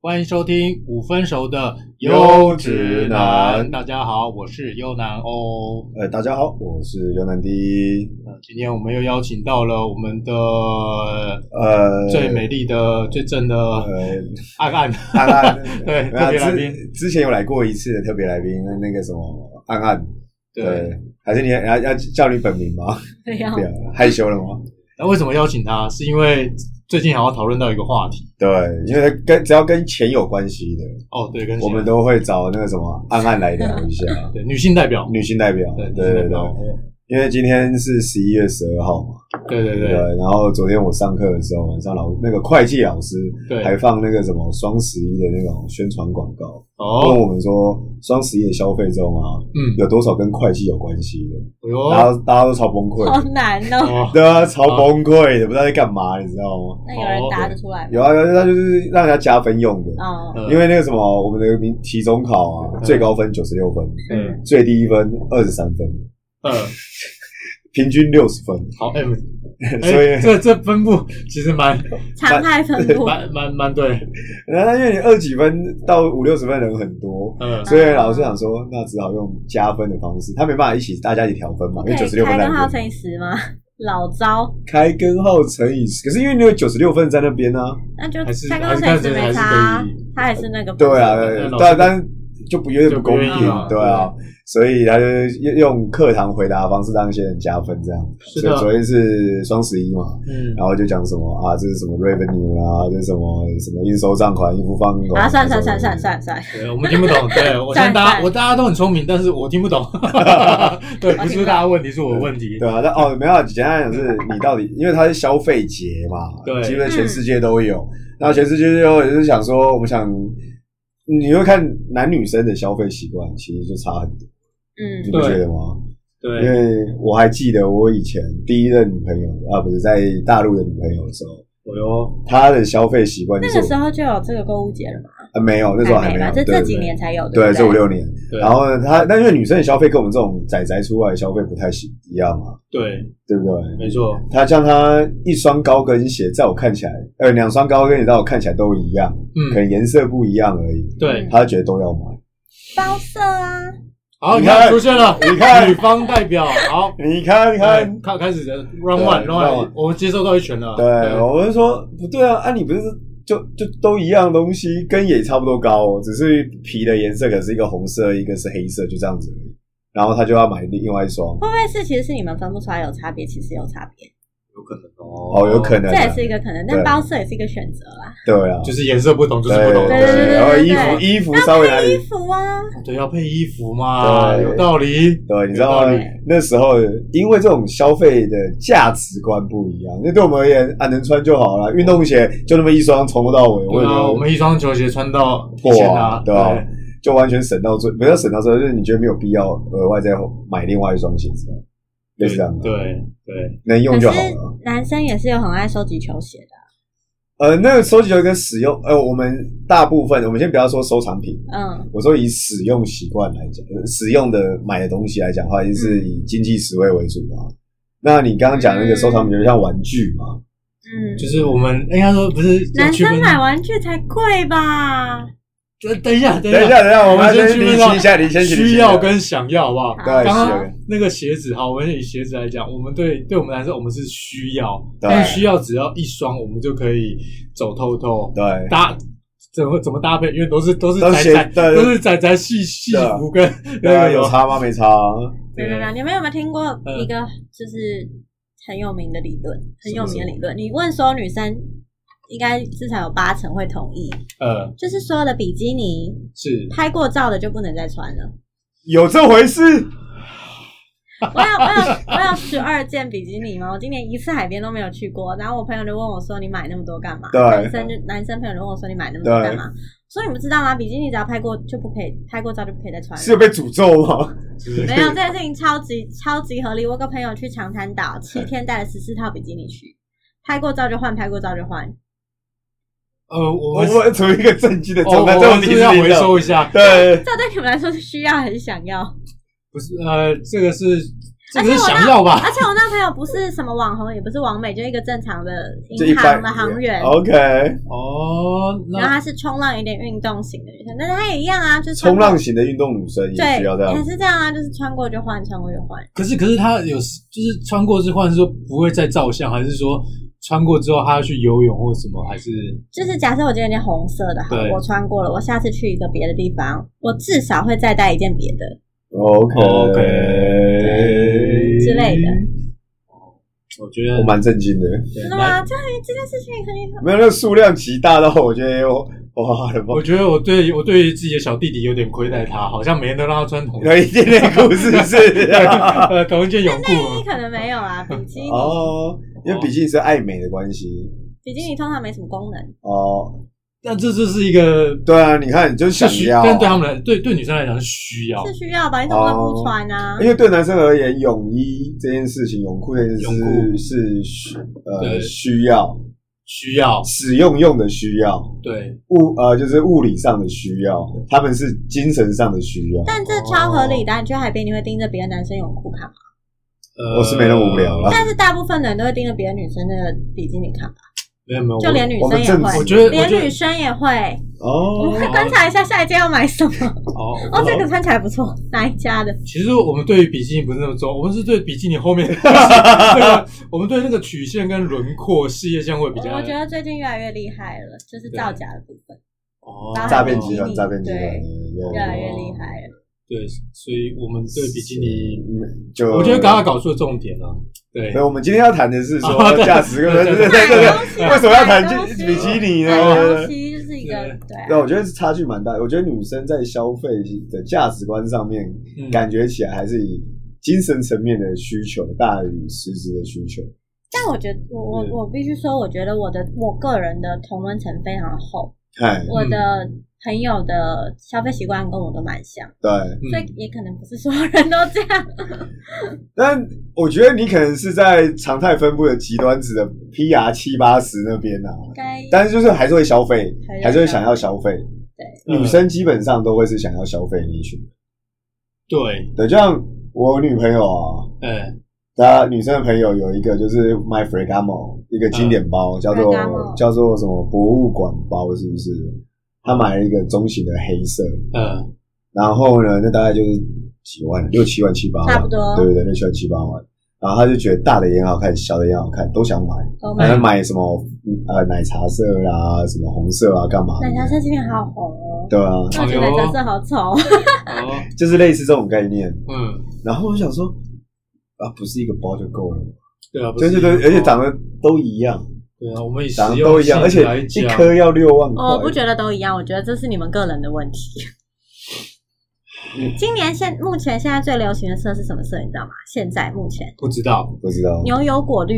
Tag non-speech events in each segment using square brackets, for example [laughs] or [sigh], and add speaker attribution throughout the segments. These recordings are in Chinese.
Speaker 1: 欢迎收听五分熟的
Speaker 2: 优质男
Speaker 1: 大家好，我是优男哦。
Speaker 2: 呃，大家好，我是尤南迪。
Speaker 1: 呃，今天我们又邀请到了我们的
Speaker 2: 呃，
Speaker 1: 最美丽的、最正
Speaker 2: 呃
Speaker 1: 的，暗暗，
Speaker 2: 暗
Speaker 1: [laughs]
Speaker 2: 暗
Speaker 1: 对
Speaker 2: 没有
Speaker 1: 特
Speaker 2: 啊
Speaker 1: 别来
Speaker 2: 之
Speaker 1: 宾
Speaker 2: 之前有来过一次的特别来宾，那那个什么暗暗，
Speaker 1: 对。，
Speaker 2: 还是你要要叫你本名吗？ [laughs]
Speaker 3: 对呀、
Speaker 2: 对啊，害羞了吗？
Speaker 1: 那为什么邀请他？是因为最近好像讨论到一个话题
Speaker 2: 对，因为跟只要跟钱有关系的，
Speaker 1: 哦，对，跟
Speaker 2: 我们
Speaker 1: 的
Speaker 2: 都会找那个什么暗暗来聊一下，
Speaker 1: [laughs] 对女性代表，
Speaker 2: 女性代表，
Speaker 1: 对
Speaker 2: 对
Speaker 1: 女性代
Speaker 2: 对对，
Speaker 1: 表，
Speaker 2: 因为今天是十一月十二号嘛，
Speaker 1: 对对对
Speaker 2: 然后昨天我上课的时候，晚上老那个会计老师
Speaker 1: 对
Speaker 2: 还放那个什么双十一的那种宣传广告，问
Speaker 1: 哦，
Speaker 2: 我们说双十一的消费中啊，
Speaker 1: 嗯，
Speaker 2: 有多少跟会计有关系的，
Speaker 1: 哎呦，
Speaker 2: 然后大家都超崩溃
Speaker 3: [laughs] 好
Speaker 2: 的，
Speaker 3: 难哦。
Speaker 1: 哦，
Speaker 2: 对啊，超崩溃的，不知道在干嘛，你知道吗？
Speaker 3: 那有人答得出来吗？
Speaker 2: 有啊，有啊，他就是让人家加分用的，[laughs]
Speaker 3: 哦，
Speaker 1: 呃
Speaker 2: 因为那个什么，我们的民期中考啊，
Speaker 1: 嗯
Speaker 2: 最高分九十六分，
Speaker 1: 嗯
Speaker 2: 最低分二十三分，
Speaker 1: 嗯，
Speaker 2: 平均六十分，
Speaker 1: 好，哎，
Speaker 2: [laughs] 所以
Speaker 1: 哎，这这分布其实蛮
Speaker 3: 常态分
Speaker 2: [laughs]
Speaker 3: 布，
Speaker 1: 蛮蛮蛮对，
Speaker 2: 然后因为你二几分到五六十分的人很多。
Speaker 1: 嗯，
Speaker 2: 所以老师想说，那只好用加分的方式，他没办法一起大家一起调分嘛，因为
Speaker 3: 可
Speaker 2: 九十
Speaker 3: 以
Speaker 2: 六分
Speaker 3: 开
Speaker 2: 在
Speaker 3: 根号
Speaker 2: 那边
Speaker 3: 乘以十吗？ [laughs] 老招，
Speaker 2: 开根号乘以十，可是因为你有九十六分在那边啊，
Speaker 3: 那就
Speaker 1: 还是
Speaker 3: 开根号乘以十
Speaker 1: 还
Speaker 3: 没
Speaker 1: 是
Speaker 3: 差
Speaker 1: 还
Speaker 3: 啊
Speaker 1: 是可以，
Speaker 3: 他还是那个
Speaker 2: 对啊，
Speaker 1: 对那
Speaker 2: 对
Speaker 1: 老师
Speaker 2: 但但就不有点不公平
Speaker 1: 就不愿意嘛，
Speaker 2: 对啊，所以他就用用课堂回答的方式让一些人加分，这样。
Speaker 1: 是
Speaker 2: 所
Speaker 1: 的
Speaker 2: 以昨天是双十一嘛，
Speaker 1: 嗯，
Speaker 2: 然后就讲什么啊，这是什么 revenue 啦、这是什么什么应收账款、应付放款
Speaker 3: 啊，算算算算，算算，
Speaker 1: 对，我们听不懂。
Speaker 3: [laughs]
Speaker 1: 对我相信大
Speaker 3: 赞
Speaker 1: 家，
Speaker 3: 赞
Speaker 1: 我大家都很聪明，但是我听不
Speaker 3: [laughs]
Speaker 1: 懂。对，不是大家问题，是我问题。
Speaker 2: 对啊，那哦，没有啊，简单来讲是你到底，因为它是消费节嘛，
Speaker 1: 对
Speaker 2: 基本全
Speaker 3: 嗯
Speaker 2: 世界都有。那全世界都有，就是想说，我们想，你会看男女生的消费习惯，其实就差很多，你
Speaker 3: 嗯，
Speaker 2: 不
Speaker 1: 对
Speaker 2: 觉得吗？因
Speaker 1: 对，
Speaker 2: 为我还记得我以前第一任女朋友啊，不是在大陆的女朋友的时候，
Speaker 1: 我哟，
Speaker 2: 她的消费习惯就
Speaker 3: 那
Speaker 2: 是
Speaker 3: 个时候就有这个购物节了嘛，
Speaker 2: 啊没有，那时候还没
Speaker 3: 没
Speaker 2: 有
Speaker 3: 吧？，这
Speaker 2: 对
Speaker 3: 这几年才有，
Speaker 2: 对，
Speaker 3: 不
Speaker 2: 这五六年。
Speaker 1: 对
Speaker 2: 然后她，那因为女生的消费跟我们这种仔仔出来的消费不太一样嘛，
Speaker 1: 对，
Speaker 2: 对不对？
Speaker 1: 没错，
Speaker 2: 她像她一双高跟鞋，在我看起来，呃，两双高跟鞋在我看起来都一样，
Speaker 1: 嗯，
Speaker 2: 可能颜色不一样而已，
Speaker 1: 对。
Speaker 2: 她觉得都要买。
Speaker 3: 包色啊，
Speaker 1: 好，你
Speaker 2: 你
Speaker 1: 看
Speaker 2: 看
Speaker 1: 出现了，
Speaker 2: 你看
Speaker 1: 女方代表，好，
Speaker 2: 你看
Speaker 1: 哎
Speaker 2: 看，
Speaker 1: 开开始 round one round
Speaker 2: 对
Speaker 1: one，我们接受到一拳了。
Speaker 2: 对，哦我是说不对啊，啊你不是就就都一样东西，跟也差不多高、哦，只是皮的颜色可能是一个红色，一个是黑色，就这样子而已。然后他就要买另外一双，
Speaker 3: 会不会是其实是你们分不出来有差别，其实有差别，
Speaker 1: 有可能哦
Speaker 2: 哦，有可能、
Speaker 3: 这也
Speaker 2: 啊，
Speaker 3: 是一个可能，
Speaker 2: 对
Speaker 3: 但包色也是一个选择啦，
Speaker 2: 对啊，
Speaker 1: 就是颜色不同，就是不
Speaker 2: 对
Speaker 1: 同。
Speaker 3: 对对对
Speaker 2: 然后衣
Speaker 3: 对
Speaker 2: 服衣服稍微哪
Speaker 3: 衣
Speaker 2: 里，
Speaker 3: 服啊，
Speaker 1: 对，要配衣服嘛，
Speaker 2: 对
Speaker 1: 有道理。
Speaker 2: 对，你知道吗
Speaker 1: 有道
Speaker 3: 理
Speaker 2: 那时候因为这种消费的价值观不一样，那对我们而言啊，能穿就好了，运动鞋就那么一双，从头到尾，
Speaker 1: 对
Speaker 2: 我也
Speaker 1: 啊，
Speaker 2: 觉
Speaker 1: 我
Speaker 2: 得
Speaker 1: 们一双球鞋穿到一
Speaker 2: 破
Speaker 1: 千
Speaker 2: 啊，
Speaker 1: 啊，
Speaker 2: 对吧、就完全省到最，不要省到最后，就是你觉得没有必要额外再买另外一双鞋子啊，类似这样的，
Speaker 1: 对对，
Speaker 2: 能用
Speaker 3: 可
Speaker 2: 就是好了。
Speaker 3: 男生也是有很爱收集球鞋的，
Speaker 2: 呃，那个收集球跟使用，呃，我们大部分，我们先不要说收藏品，
Speaker 3: 嗯，
Speaker 2: 我说以使用习惯来讲，呃使用的买的东西来讲的话，一定是以经济实惠为主嘛。那你刚刚讲那个收藏品，就像玩具嘛，
Speaker 3: 嗯，
Speaker 1: 就是我们应该说不是要
Speaker 3: 男
Speaker 1: 区分
Speaker 3: 生买玩具才贵吧？
Speaker 1: 等等一下，等
Speaker 2: 等一下，等一下，我们先
Speaker 1: 区
Speaker 2: 理
Speaker 1: 分
Speaker 2: 清
Speaker 1: 到
Speaker 2: 一下，理清一下
Speaker 1: 需要跟想要，好不好？
Speaker 2: 对
Speaker 1: 刚
Speaker 2: 需要
Speaker 1: 刚
Speaker 2: 跟
Speaker 1: 那个鞋子，好，我们以鞋子来讲，我们对对我们来说，我们是需要，
Speaker 2: 对
Speaker 1: 但是需要只要一双，我们就可以走透透
Speaker 2: 对
Speaker 1: 搭。怎么怎么搭配？因为都是都是
Speaker 2: 都
Speaker 1: 仔
Speaker 2: 是
Speaker 1: 仔，
Speaker 2: 鞋对
Speaker 1: 都是仔仔戏戏
Speaker 2: 对啊
Speaker 1: 服跟
Speaker 2: 对
Speaker 1: 那
Speaker 2: 啊，
Speaker 1: 个
Speaker 2: 有差吗？没差啊，
Speaker 3: 对对对，你们有没有听过
Speaker 1: 嗯
Speaker 3: 一个就是很有名的理论，很有名的理论？你问所有女生，应该至少有八成会同意，
Speaker 1: 呃，
Speaker 3: 就是所有的比基尼
Speaker 1: 是
Speaker 3: 拍过照的就不能再穿
Speaker 1: [laughs]
Speaker 3: 了。
Speaker 2: 有这回事。
Speaker 3: 我有我有我有十二件比基尼嘛，我今年一次海边都没有去过。然后我朋友就问我说：“你买那么多干嘛？”
Speaker 2: 对
Speaker 3: 男生就男生朋友就问我说：“你买那么多干嘛？”所以你们知道吗？比基尼只要拍过就不可以，拍过照就不可以再穿了。
Speaker 2: 是有被诅咒吗？
Speaker 1: 是
Speaker 3: [laughs] 没有这件事情超级超级合理。我有个朋友去长滩岛
Speaker 2: 嗯
Speaker 3: 七天，带了十四套比基尼去，拍过照就换，拍过照就换。
Speaker 1: 呃，我
Speaker 2: 我
Speaker 1: 们
Speaker 2: 们处于一个震惊的
Speaker 1: 我
Speaker 2: 状态，这
Speaker 1: 我们
Speaker 2: 问题
Speaker 1: 是
Speaker 2: 是
Speaker 1: 要
Speaker 2: 零
Speaker 1: 回
Speaker 2: 的
Speaker 1: 收一下，
Speaker 2: 对，
Speaker 3: 这对你们来说是需要还是想要？
Speaker 1: 不是呃，这个是这个是想要吧？
Speaker 3: 而且我那朋友不是什么网红，也不是网美，就一个正常的
Speaker 2: 就一
Speaker 3: 银
Speaker 2: 般
Speaker 3: 行的行员。
Speaker 2: OK，
Speaker 1: 哦，
Speaker 3: 然后
Speaker 1: 那
Speaker 3: 她是冲浪有点运动型的女生，但是她也一样啊，就是穿
Speaker 2: 冲
Speaker 3: 过
Speaker 2: 浪型的运动女生也
Speaker 3: 对
Speaker 2: 需要这样
Speaker 3: 也。是这样啊，就是穿过就换，穿过就换。
Speaker 1: 可是可是他有就是穿过之后是说不会再照相，还是说穿过之后他要去游泳或什么？还是
Speaker 3: 就是假设我今天有一件红色的，好
Speaker 1: 对，
Speaker 3: 我穿过了，我下次去一个别的地方，我至少会再带一件别的。
Speaker 2: OK
Speaker 1: OK
Speaker 3: 之类的？
Speaker 1: 哦我觉得
Speaker 2: 我蛮震惊的，
Speaker 1: 对
Speaker 3: 真的
Speaker 1: 蛮
Speaker 3: 吗？啊这这件事情可以，
Speaker 2: 没有那个数量极大到我觉得我哇的妈
Speaker 1: 我！觉得我对我对于自己的小弟弟有点亏待他，好像每天都让他穿同
Speaker 2: 有一件内裤是不是？
Speaker 1: 呃同一件泳裤。
Speaker 3: 你可能没有啊。比基尼，
Speaker 2: 哦，因为毕竟是爱美的关系
Speaker 3: 比基尼通常没什么功能。
Speaker 2: 哦。
Speaker 1: 但这就是一个
Speaker 2: 对啊，你看你就是想
Speaker 1: 需，
Speaker 2: 要，
Speaker 1: 但对他们来对对女生来讲是需要
Speaker 3: 是。需要吧？你怎么会不穿啊？
Speaker 2: 因为对男生而言，泳衣这件事情，泳裤这件事
Speaker 1: 泳裤
Speaker 2: 是是需呃
Speaker 1: 对
Speaker 2: 需要
Speaker 1: 需要，
Speaker 2: 使用用的需要
Speaker 1: 对，
Speaker 2: 物呃就是物理上的需要，他们是精神上的需要。
Speaker 3: 但这超合理的啊，你去海边你会盯着别的男生泳裤看吗？
Speaker 1: 呃
Speaker 2: 我是没那么无聊啦
Speaker 3: 但是大部分的人都会盯着别的女生的比基尼看吧？
Speaker 1: 没有没有，
Speaker 3: 就
Speaker 1: 我
Speaker 3: 连女
Speaker 2: 我
Speaker 3: 生
Speaker 2: 们
Speaker 3: 也
Speaker 2: 正
Speaker 1: 我
Speaker 3: 会，
Speaker 1: 觉得我
Speaker 3: 连
Speaker 1: 觉
Speaker 3: 女
Speaker 1: 得
Speaker 3: 生也会。我
Speaker 2: 哦
Speaker 3: 们会观察一下下一件要买什么。
Speaker 1: 哦，
Speaker 3: 哦，这个穿起来不错，哪一家的？
Speaker 1: 其实我们对于比基尼不是那么重，我们是对比基尼后面
Speaker 2: [laughs]
Speaker 1: 那个，我们对那个曲线跟轮廓、事业线会比
Speaker 3: 我
Speaker 1: 较。
Speaker 3: 我觉得最近越来越厉害了，就是造假的部分
Speaker 1: 哦
Speaker 3: 然后
Speaker 2: 诈骗集团，
Speaker 3: 比基尼
Speaker 2: 诈骗集团
Speaker 3: 对
Speaker 2: 有
Speaker 3: 越来越厉害了。
Speaker 2: 哦
Speaker 1: 对，所以我们对比基尼，
Speaker 2: 嗯就
Speaker 1: 我觉得刚刚搞出了重点了。对
Speaker 2: 没，有，我们今天要谈的是
Speaker 1: [laughs] 啊
Speaker 2: 说
Speaker 1: 对
Speaker 2: 价值观，
Speaker 1: 对
Speaker 2: 对
Speaker 1: 对对
Speaker 2: 对对对
Speaker 3: 买东西
Speaker 2: 对，
Speaker 3: 啊
Speaker 2: 为什么要谈
Speaker 3: 买东西
Speaker 2: 比基
Speaker 3: [laughs]
Speaker 2: 尼呢？
Speaker 3: 买
Speaker 2: 对
Speaker 3: 东
Speaker 2: 对对
Speaker 3: 西就是一个对啊
Speaker 2: 对，我觉得是差距蛮大的。我觉得女生在消费的价值观上面，
Speaker 1: 嗯
Speaker 2: 感觉起来还是以精神层面的需求大于实质的需求。
Speaker 3: 但我觉得我我我必须说，我觉得我的我个人的同温层非常厚，
Speaker 2: 嗨，
Speaker 3: 我的朋友的消费习惯跟我都蛮像，
Speaker 2: 对，
Speaker 3: 所
Speaker 1: 嗯
Speaker 3: 以也可能不是所有人都这
Speaker 2: [laughs]
Speaker 3: 样。
Speaker 2: 但我觉得你可能是在常态分布的极端值的 PR 七八十那边啊，
Speaker 3: 该
Speaker 2: 但是就是还是会消费，还
Speaker 3: 还
Speaker 2: 是
Speaker 3: 是
Speaker 2: 会
Speaker 3: 会
Speaker 2: 想
Speaker 3: 消费
Speaker 2: 要消费。
Speaker 1: 嗯
Speaker 2: 女生基本上都会是想要消费的一群。
Speaker 1: 对，
Speaker 2: 对，就像我女朋友啊，
Speaker 1: 哎，
Speaker 2: 她女生的朋友有一个就是卖 Ferragamo 一个经典包，叫做
Speaker 3: Ferragamo
Speaker 2: 叫做什么博物馆包，是不是？她买了一个中型的黑色，
Speaker 1: 嗯，
Speaker 2: 然后呢，那大概就是几万，六七万、七八万，
Speaker 3: 差不多
Speaker 2: 对不对？六七万、七八万。然后她就觉得大的也很好看，小的也很好看，都想买。
Speaker 3: 都
Speaker 2: 她
Speaker 3: 买
Speaker 2: 就。买什么呃奶茶色啦，什么红色啊，干嘛的？
Speaker 3: 奶茶车今年好红哦，
Speaker 2: 对啊，
Speaker 3: 我觉得奶茶色好丑。哦
Speaker 1: 好，
Speaker 2: 就是类似这种概念。
Speaker 1: 哦嗯，
Speaker 2: 然后我想说，啊，不是一个包就够了吗。
Speaker 1: 对啊，不
Speaker 2: 对对
Speaker 1: 是
Speaker 2: 对，而且长
Speaker 1: 哦
Speaker 2: 得都一样，
Speaker 1: 对啊，我们以
Speaker 2: 长
Speaker 1: 实
Speaker 2: 得
Speaker 1: 用
Speaker 2: 都一样，而且
Speaker 1: 性来
Speaker 2: 一
Speaker 1: 讲
Speaker 2: 颗要六万块。
Speaker 3: 哦我不觉得都一样，我觉得这是你们个人的问题。今年现目前现在最流行的色是什么色？你知道吗？现在目前
Speaker 1: 不知道
Speaker 2: 不知道
Speaker 3: 牛油果绿、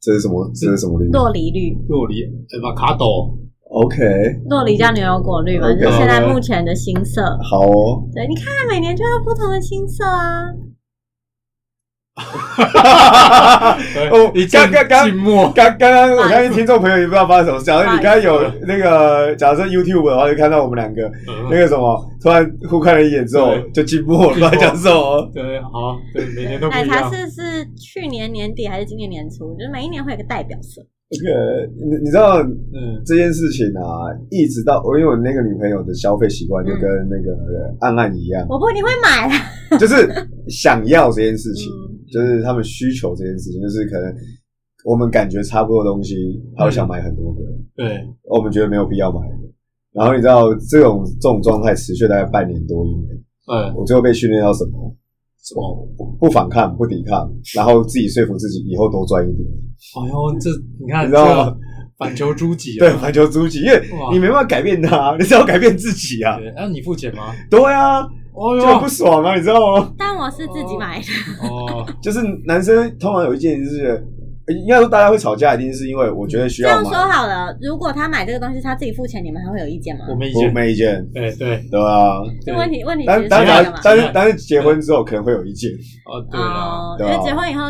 Speaker 2: 这是什么，这是什么绿
Speaker 3: 洛梨绿，
Speaker 1: 洛梨、哎吧卡斗，
Speaker 2: ？OK，
Speaker 3: 洛梨叫牛油果绿嘛，
Speaker 2: OK
Speaker 3: 就是现在目前的新色。
Speaker 1: [laughs]
Speaker 2: 好哦， [laughs]
Speaker 3: 对，你看每年就有不同的新色啊。
Speaker 2: 哦
Speaker 1: 一
Speaker 2: 刚
Speaker 1: 阵
Speaker 2: 刚刚
Speaker 1: 静默，
Speaker 2: 刚
Speaker 1: [laughs]
Speaker 2: 刚刚我
Speaker 1: 哎
Speaker 2: 相信听众朋友也不知道发生什么事，假如你刚刚有那个，假设 YouTube 的话，就看到我们两个那
Speaker 1: 嗯
Speaker 2: 个什么，突然互看了一眼之后
Speaker 1: 对
Speaker 2: 就静默了，不知道讲
Speaker 1: [laughs]
Speaker 2: 什么。
Speaker 1: 对，好，对，每年都不
Speaker 3: 奶
Speaker 1: 一
Speaker 3: 茶
Speaker 1: 样。
Speaker 3: 色哎是去年年底还是今年年初？就是每一年会有个代表色。
Speaker 2: OK，你你知道
Speaker 1: 嗯，
Speaker 2: 这件事情啊，一直到我因为我那个女朋友的消费习惯就跟
Speaker 1: 嗯
Speaker 2: 那个暗暗一样， [laughs]
Speaker 3: 我不一定会买啦。
Speaker 2: 就是想要这件事情，
Speaker 3: 嗯
Speaker 2: 就是他们需求这件事情，就是可能我们感觉差不多的东西，他会想买很多个，
Speaker 1: 对，
Speaker 2: 我们觉得没有必要买的。然后你知道这种这种状态持续大概半年多一年，
Speaker 1: 嗯，
Speaker 2: 我最后被训练到什么？哦
Speaker 1: 什么？
Speaker 2: 不反抗，不抵抗，然后自己说服自己以后多赚一点。
Speaker 1: 哎呦，这你看，
Speaker 2: 你
Speaker 1: 这
Speaker 2: 知道吗
Speaker 1: 个反求诸己
Speaker 2: 对，
Speaker 1: 啊。
Speaker 2: 反求诸己，因为
Speaker 1: 哇
Speaker 2: 你没办法改变他， [laughs] 你只要改变自己啊。
Speaker 1: 对，那你付钱吗？
Speaker 2: 对啊，
Speaker 1: 哦
Speaker 2: 就很不爽啊，你知道吗？
Speaker 3: 但我是自己买的，
Speaker 1: 哦，
Speaker 2: 就是男生通常有一件就是，呃应该说大家会吵架，一定是因为我觉得需
Speaker 3: 这
Speaker 2: 要
Speaker 3: 样
Speaker 2: 买
Speaker 3: 说，好了。如果他买这个东西，他自己付钱，你们还会有意见吗
Speaker 1: 我？没意
Speaker 2: 我
Speaker 1: 见。
Speaker 2: 没意见，
Speaker 1: 对对
Speaker 2: 对吧、啊？
Speaker 3: 这
Speaker 1: 对，
Speaker 3: 问题问题其实
Speaker 2: 但
Speaker 1: 当
Speaker 2: 但
Speaker 3: 是这个
Speaker 1: 然
Speaker 2: 是
Speaker 3: 嘛。
Speaker 2: 但是但是结婚之后可能会有意见，
Speaker 1: 哦对啊，
Speaker 3: 哦，
Speaker 2: 对
Speaker 3: 因
Speaker 2: 啊
Speaker 3: 为结婚以后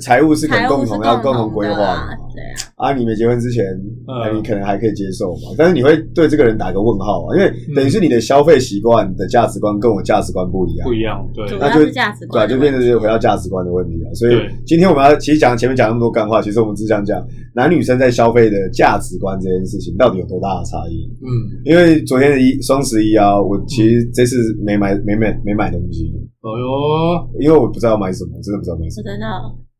Speaker 2: 财务是可能
Speaker 3: 嗯财
Speaker 2: 共
Speaker 3: 务是
Speaker 2: 同要共同
Speaker 3: 同
Speaker 2: 规
Speaker 3: 的
Speaker 2: 划
Speaker 3: 啦
Speaker 2: 的嘛，，
Speaker 3: 对啊，
Speaker 2: 啊，你没结婚之前，
Speaker 1: 嗯
Speaker 2: 那、你可能还可以接受嘛，但是你会对这个人打个问号啊，因为
Speaker 1: 嗯
Speaker 2: 等于是你的消费习惯、你的价值观跟我价值观不一样
Speaker 1: 不，一样，对，
Speaker 3: 主
Speaker 2: 那
Speaker 3: 要
Speaker 2: 就是
Speaker 3: 价值
Speaker 2: 对啊，
Speaker 3: 观的
Speaker 2: 就
Speaker 3: 问
Speaker 2: 变
Speaker 3: 题，
Speaker 2: 成是回到价值观的问题啊。所以
Speaker 1: 对
Speaker 2: 今天我们要其实讲前面讲那么多干话，其实我们只想讲男女生在消费的价值观这件事情到底有多大的差异。
Speaker 1: 嗯，
Speaker 2: 因为昨天的一双十一啊，我其实这次没买没买没买东西，
Speaker 1: 哦哟，
Speaker 2: 因为我不知道买什么，真的不知道买什
Speaker 3: 我
Speaker 2: 么，
Speaker 3: 真的，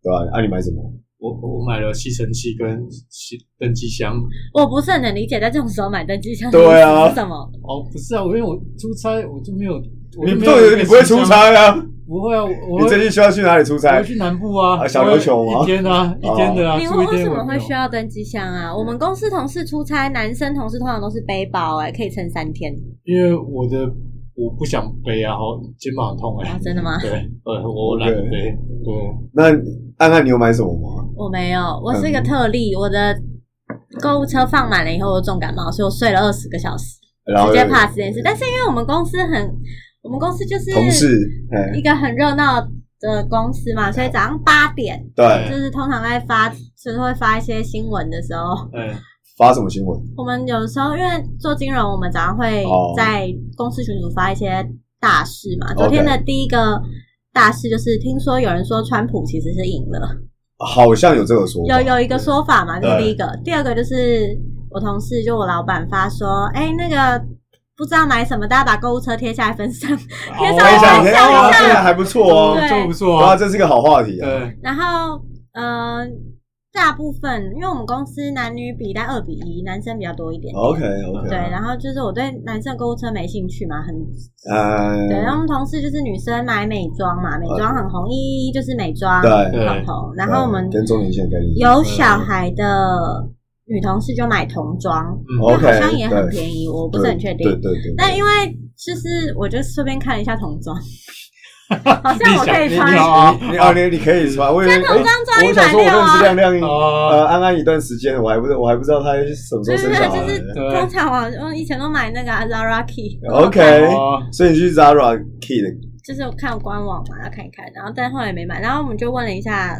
Speaker 2: 对吧、啊？你买什么？
Speaker 1: 我我买了吸尘器跟吸登机箱。
Speaker 3: 我不是很能理解，在这种时候买登机箱的
Speaker 2: 对啊
Speaker 3: 意思是什么？
Speaker 1: 哦，不是啊，我因为我出差，我就没有，我
Speaker 2: 你
Speaker 1: 就
Speaker 2: 不
Speaker 1: 没有一个
Speaker 2: 对，你不会
Speaker 1: 行
Speaker 2: 出
Speaker 1: 箱？
Speaker 2: 差啊？
Speaker 1: 不会啊，我
Speaker 2: 你
Speaker 1: 我
Speaker 2: 最
Speaker 1: 会
Speaker 2: 近需要去哪里出
Speaker 1: 我
Speaker 2: 差
Speaker 1: 会？去南部啊，
Speaker 2: 啊小
Speaker 1: 我会
Speaker 2: 琉球吗哦
Speaker 1: 一天啊，一天的啊，
Speaker 3: 你
Speaker 1: 住
Speaker 3: 们
Speaker 1: 一
Speaker 3: 为
Speaker 1: 天
Speaker 3: 什
Speaker 1: 我
Speaker 3: 么
Speaker 1: 没
Speaker 3: 会
Speaker 1: 有
Speaker 3: 需要登机箱啊？我们公司同事出差，男生同事通常都是背包、哎，可以撑三天
Speaker 1: 因为我的我不想背啊，好肩膀很痛哎、
Speaker 3: 啊！真的吗？
Speaker 1: 对，呃，我懒得背，对，
Speaker 2: 那安安，你有买什么吗？
Speaker 3: 我没有，
Speaker 2: 嗯
Speaker 3: 我是一个特例，我的购物车放满了以后，我重感冒，所以我睡了二十个小时，
Speaker 2: 然后
Speaker 3: 直接 pass 这件事。但是因为我们公司很，我们公司就是
Speaker 2: 同事，哎，
Speaker 3: 一个很热闹的公司嘛，所以早上八点
Speaker 2: 对，
Speaker 3: 就是通常在发，就是会发一些新闻的时候，
Speaker 1: 哎，
Speaker 2: 发什么新闻？
Speaker 3: 我们有时候因为做金融，我们早上会
Speaker 2: 哦
Speaker 3: 在公司群组发一些大事嘛。昨天的第一个大事就是听说有人说川普其实是赢了，
Speaker 2: 好像有这个说法，
Speaker 3: 有有一个说法嘛，这是
Speaker 2: 对
Speaker 3: 第一个。第二个就是我同事就我老板发说，哎、那个不知道买什么，大家把购物车贴下来分散。天上
Speaker 2: 我也想，
Speaker 3: 我也
Speaker 2: 天
Speaker 3: 想
Speaker 2: 啊，
Speaker 3: 一下
Speaker 2: 这个还不错哦，
Speaker 3: 对
Speaker 1: 这不错
Speaker 2: 哇，
Speaker 1: 啊，
Speaker 2: 这是一个好话题啊，
Speaker 1: 对，
Speaker 3: 然后，呃，大部分因为我们公司男女比在二比一，男生比较多一点点
Speaker 2: 哦 OK 啊 OK，
Speaker 3: 对，啊然后就是我对男生购物车没兴趣嘛，很
Speaker 2: 呃，
Speaker 3: 对，然后我们同事就是女生买美妆嘛，美妆很红，一一就是美妆
Speaker 2: 嗯对嗯
Speaker 3: 很红。然后我们
Speaker 2: 跟中年线概念一样
Speaker 3: 有小孩的女同事就买童装，
Speaker 1: 嗯
Speaker 3: 那
Speaker 2: OK，
Speaker 3: 好像也很便宜，我不是很确
Speaker 2: 对
Speaker 3: 定。
Speaker 2: 对对，
Speaker 3: 但因
Speaker 2: 为
Speaker 3: 为就是我就顺便看了一下
Speaker 1: [laughs]
Speaker 3: 童装，好像我可以
Speaker 1: 你想
Speaker 3: 穿
Speaker 1: 你。想啊
Speaker 2: 你哦，你你可以穿，我以为
Speaker 3: 童装
Speaker 2: 哎我
Speaker 3: 装一
Speaker 2: 想
Speaker 3: 百
Speaker 2: 说，我
Speaker 3: 六
Speaker 2: 认识
Speaker 3: 啊
Speaker 2: 亮！亮
Speaker 1: 哦，
Speaker 2: 呃安安一段时间，我还不知我还不知道他什么时候生小孩
Speaker 3: 对对
Speaker 1: 对
Speaker 3: [laughs] 通常我我以前都买那个啊 Zara Key，
Speaker 2: ，OK，
Speaker 1: 哦
Speaker 2: 所以你去 Zara Key 的
Speaker 3: 就是我看官网嘛，要看一看，然后但后来没买，然后我们就问了一下，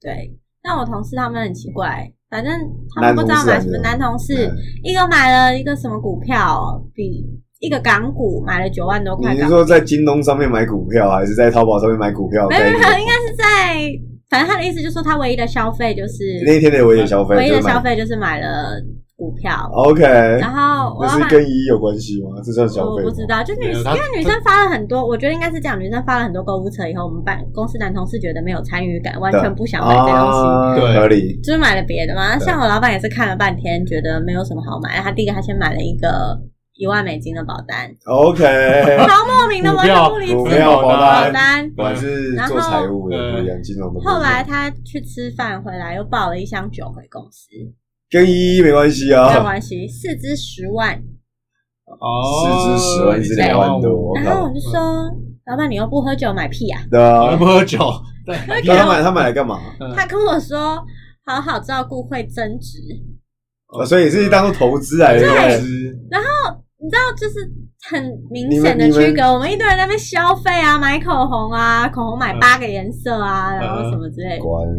Speaker 3: 对，但我同事他们很奇怪，反正他们不知道买什么，男
Speaker 2: 男啊
Speaker 3: 同事一个买了一个什么股票，比一个港股买了九万多块
Speaker 2: 你是
Speaker 3: 港，
Speaker 2: 说在京东上面买股票，还是在淘宝上面买股票？
Speaker 3: 没有没有，没有应
Speaker 2: 在
Speaker 3: 该是在，反正他的意思就是说他唯一的消费就是
Speaker 2: 那一天的我也消费，
Speaker 3: 唯一的
Speaker 2: 就是买
Speaker 3: 消费就是买了股票，
Speaker 2: OK，
Speaker 3: 然后我
Speaker 2: 那
Speaker 3: 要
Speaker 2: 是
Speaker 3: 买。
Speaker 2: 跟一有关系吗？这算消
Speaker 3: 我
Speaker 2: 费吗？
Speaker 3: 不知道，就女
Speaker 1: 没有
Speaker 3: 因
Speaker 1: 他
Speaker 3: 为女生发了很多，我觉得应该是这样，女生发了很多购物车以后，我们办公司男同事觉得没有参与感，完全不想买这东西，
Speaker 2: 啊
Speaker 1: 对
Speaker 2: 合理。
Speaker 3: 就是买了别的嘛。
Speaker 2: 对
Speaker 3: 像我老板也是看了半天，觉得没有什么好买，他第一个他先买了一个一万美金的保单，
Speaker 1: [laughs]
Speaker 2: OK，
Speaker 3: 超莫名的，
Speaker 1: 股
Speaker 3: 完全
Speaker 1: 票
Speaker 3: 不理
Speaker 2: 啊股
Speaker 1: 票
Speaker 3: 解
Speaker 2: 票保
Speaker 1: 保
Speaker 3: 保
Speaker 2: 单，
Speaker 3: 单。
Speaker 2: 我还是做财务的
Speaker 1: 然后
Speaker 2: 不一样，金融的不一样。
Speaker 3: 后来他去吃饭回来，又抱了一箱酒回公司，
Speaker 2: 跟一一没关系
Speaker 3: 没有
Speaker 2: 啊，
Speaker 3: 关系，四支十万。
Speaker 1: 哦，
Speaker 2: 四至十万是两万多，我嗯
Speaker 3: 然后
Speaker 2: 靠
Speaker 3: 我，就说，老板你又不喝酒，买屁啊！
Speaker 2: 对
Speaker 1: 我还
Speaker 2: 啊
Speaker 1: 不。喝酒，对，
Speaker 2: 那他买他买来干嘛？
Speaker 1: 嗯
Speaker 3: 他跟我说，好好照顾会增值。
Speaker 2: 啊所以是当做投资来的，
Speaker 1: 对
Speaker 2: 不是
Speaker 3: 你知道，就是很明
Speaker 2: 你们
Speaker 3: 显的
Speaker 2: 你们
Speaker 3: 区隔。我们一堆人在那边消费啊，买口红啊，口红买
Speaker 1: 嗯
Speaker 3: 八个颜色啊，然
Speaker 2: 嗯
Speaker 3: 后什么之类的。
Speaker 2: 果然